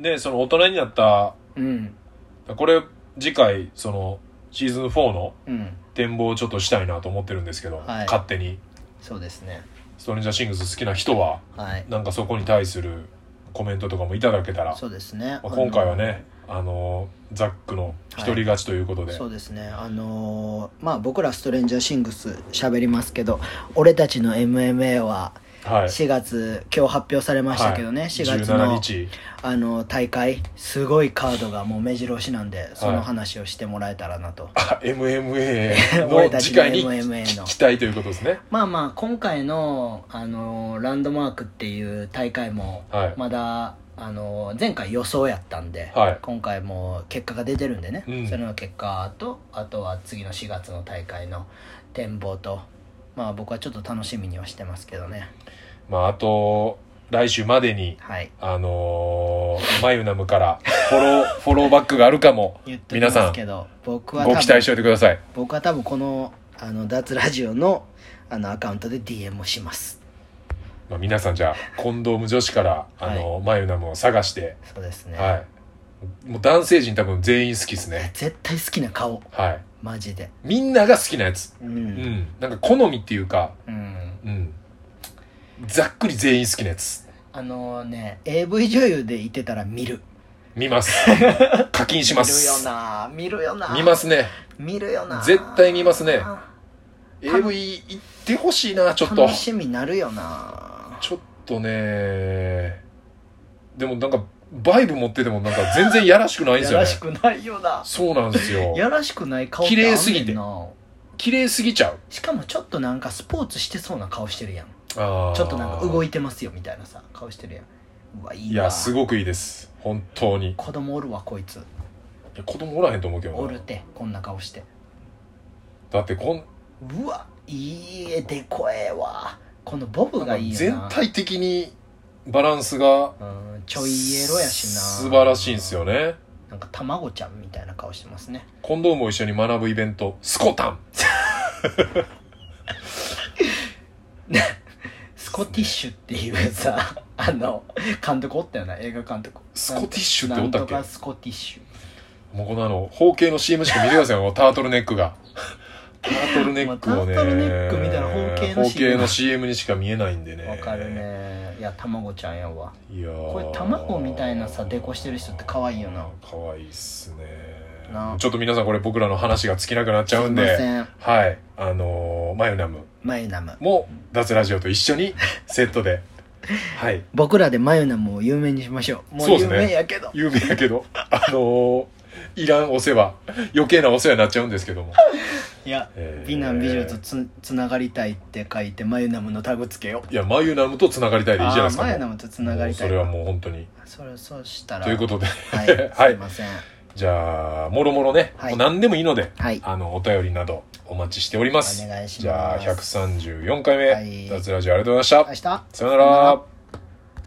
ねその大人になったうんこれ次回そのシーズン4のうん展望をちょっとしたいなと思ってるんですけど、はい勝手にそうですねストレンジャーシングス好きな人ははいなんかそこに対するコメントとかもいただけたら、そうですね、まあ、今回はねあのザックの一人勝ちということあので、そうですねあのーまあ僕らストレンジャーシングス喋りますけど俺たちの MMA ははい4月、今日発表されましたけどね、はい4月17の日あの大会すごいカードがもう目白押しなんでその話をしてもらえたらなと、あ MMA 俺たのち次の回に MMA の聞きたいということですねまあまあ今回の、あのーランドマークっていう大会もはい、まだ、あのー前回予想やったんで、はい今回も結果が出てるんでね、うんそれの結果とあとは次の4月の大会の展望とまあ僕はちょっと楽しみにはしてますけどねまああと来週までにはいあのー、マユナムからフォロー、フォローバックがあるかも、言ってま皆さすん、けど僕は多ご期待してお分いてください。僕は多分このあの脱ラジオのあのアカウントで DM をしますまあ、皆さんじゃあ、コンドーム女子から、あのーマユナムを探して、そうですね、はい。もう男性陣多分全員好きですね。絶対好きな顔はい。マジでみんなが好きなやつ。う、うんん。なんか好みっていうか、うんうん。ざっくり全員好きなやつ。あのね AV 女優でいてたら見る見 ます。課金します。見るよな見るよな見ますね。見るよな絶対見ますね AV 行ってほしいな、ちょっと楽。しみになるよなちょっとねでもなんかバイブ持っててもなんか全然やらしくないんでやすよらねしくないよなそうなんですよやらしくない顔って綺麗すあぎんねてんな綺麗すぎちゃうしかもちょっとなんかスポーツしてそうな顔してるやんあーちょっとなんか動いてますよみたいなさ顔してるやんうわいいないやすごくいいです本当にい子供おるわこいつや子供おらへんと思うけどなおるてこんな顔してだってこんうわいい絵でこええわこのボブがいいよ全な体的にバランスがうんちょいエロやしな素晴らしいんですよねなんか卵ちゃんみたいな顔してますねコンドームを一緒に学ぶイベントスコタンスコティッシュっていうさあの監督おったよな映画監督スコティッシュってなおんったとっけかスコティッシュもうこのあの包茎の CM しか見てくださいよタートルネック がタートルネックをね、まあタートルネックみたいな包茎の CM 包茎の CM にしか見えないんでねわかるねいや卵ちゃんやわいやここれ卵みたいなさデコしてる人って可愛いよな可愛いっすねなちょっと皆さんこれ僕らの話が尽きなくなっちゃうんすいまでせんはいあのーマユナムマユナムも脱ラジオと一緒に セットではい僕らでマユナムを有名にしましょうもうそうで有すね名やけど、有名やけどあのーいらんお世話余計なお世話になっちゃうんですけどもいやえー美男美女とつつながりたいって書いてマユナムのタグつけよういやマユナムとつながりたいでいいじゃないあですーかマユもナうムとつながりたいそれはもう本当にそれそうしたらということではい はすいいませんじゃあもろもろね、はいもう何でもいいのではいあのお便りなどお待ちしておりますお願いしますじゃあ134回目、はい脱ラジオありがとうございました、明日さよなさよならら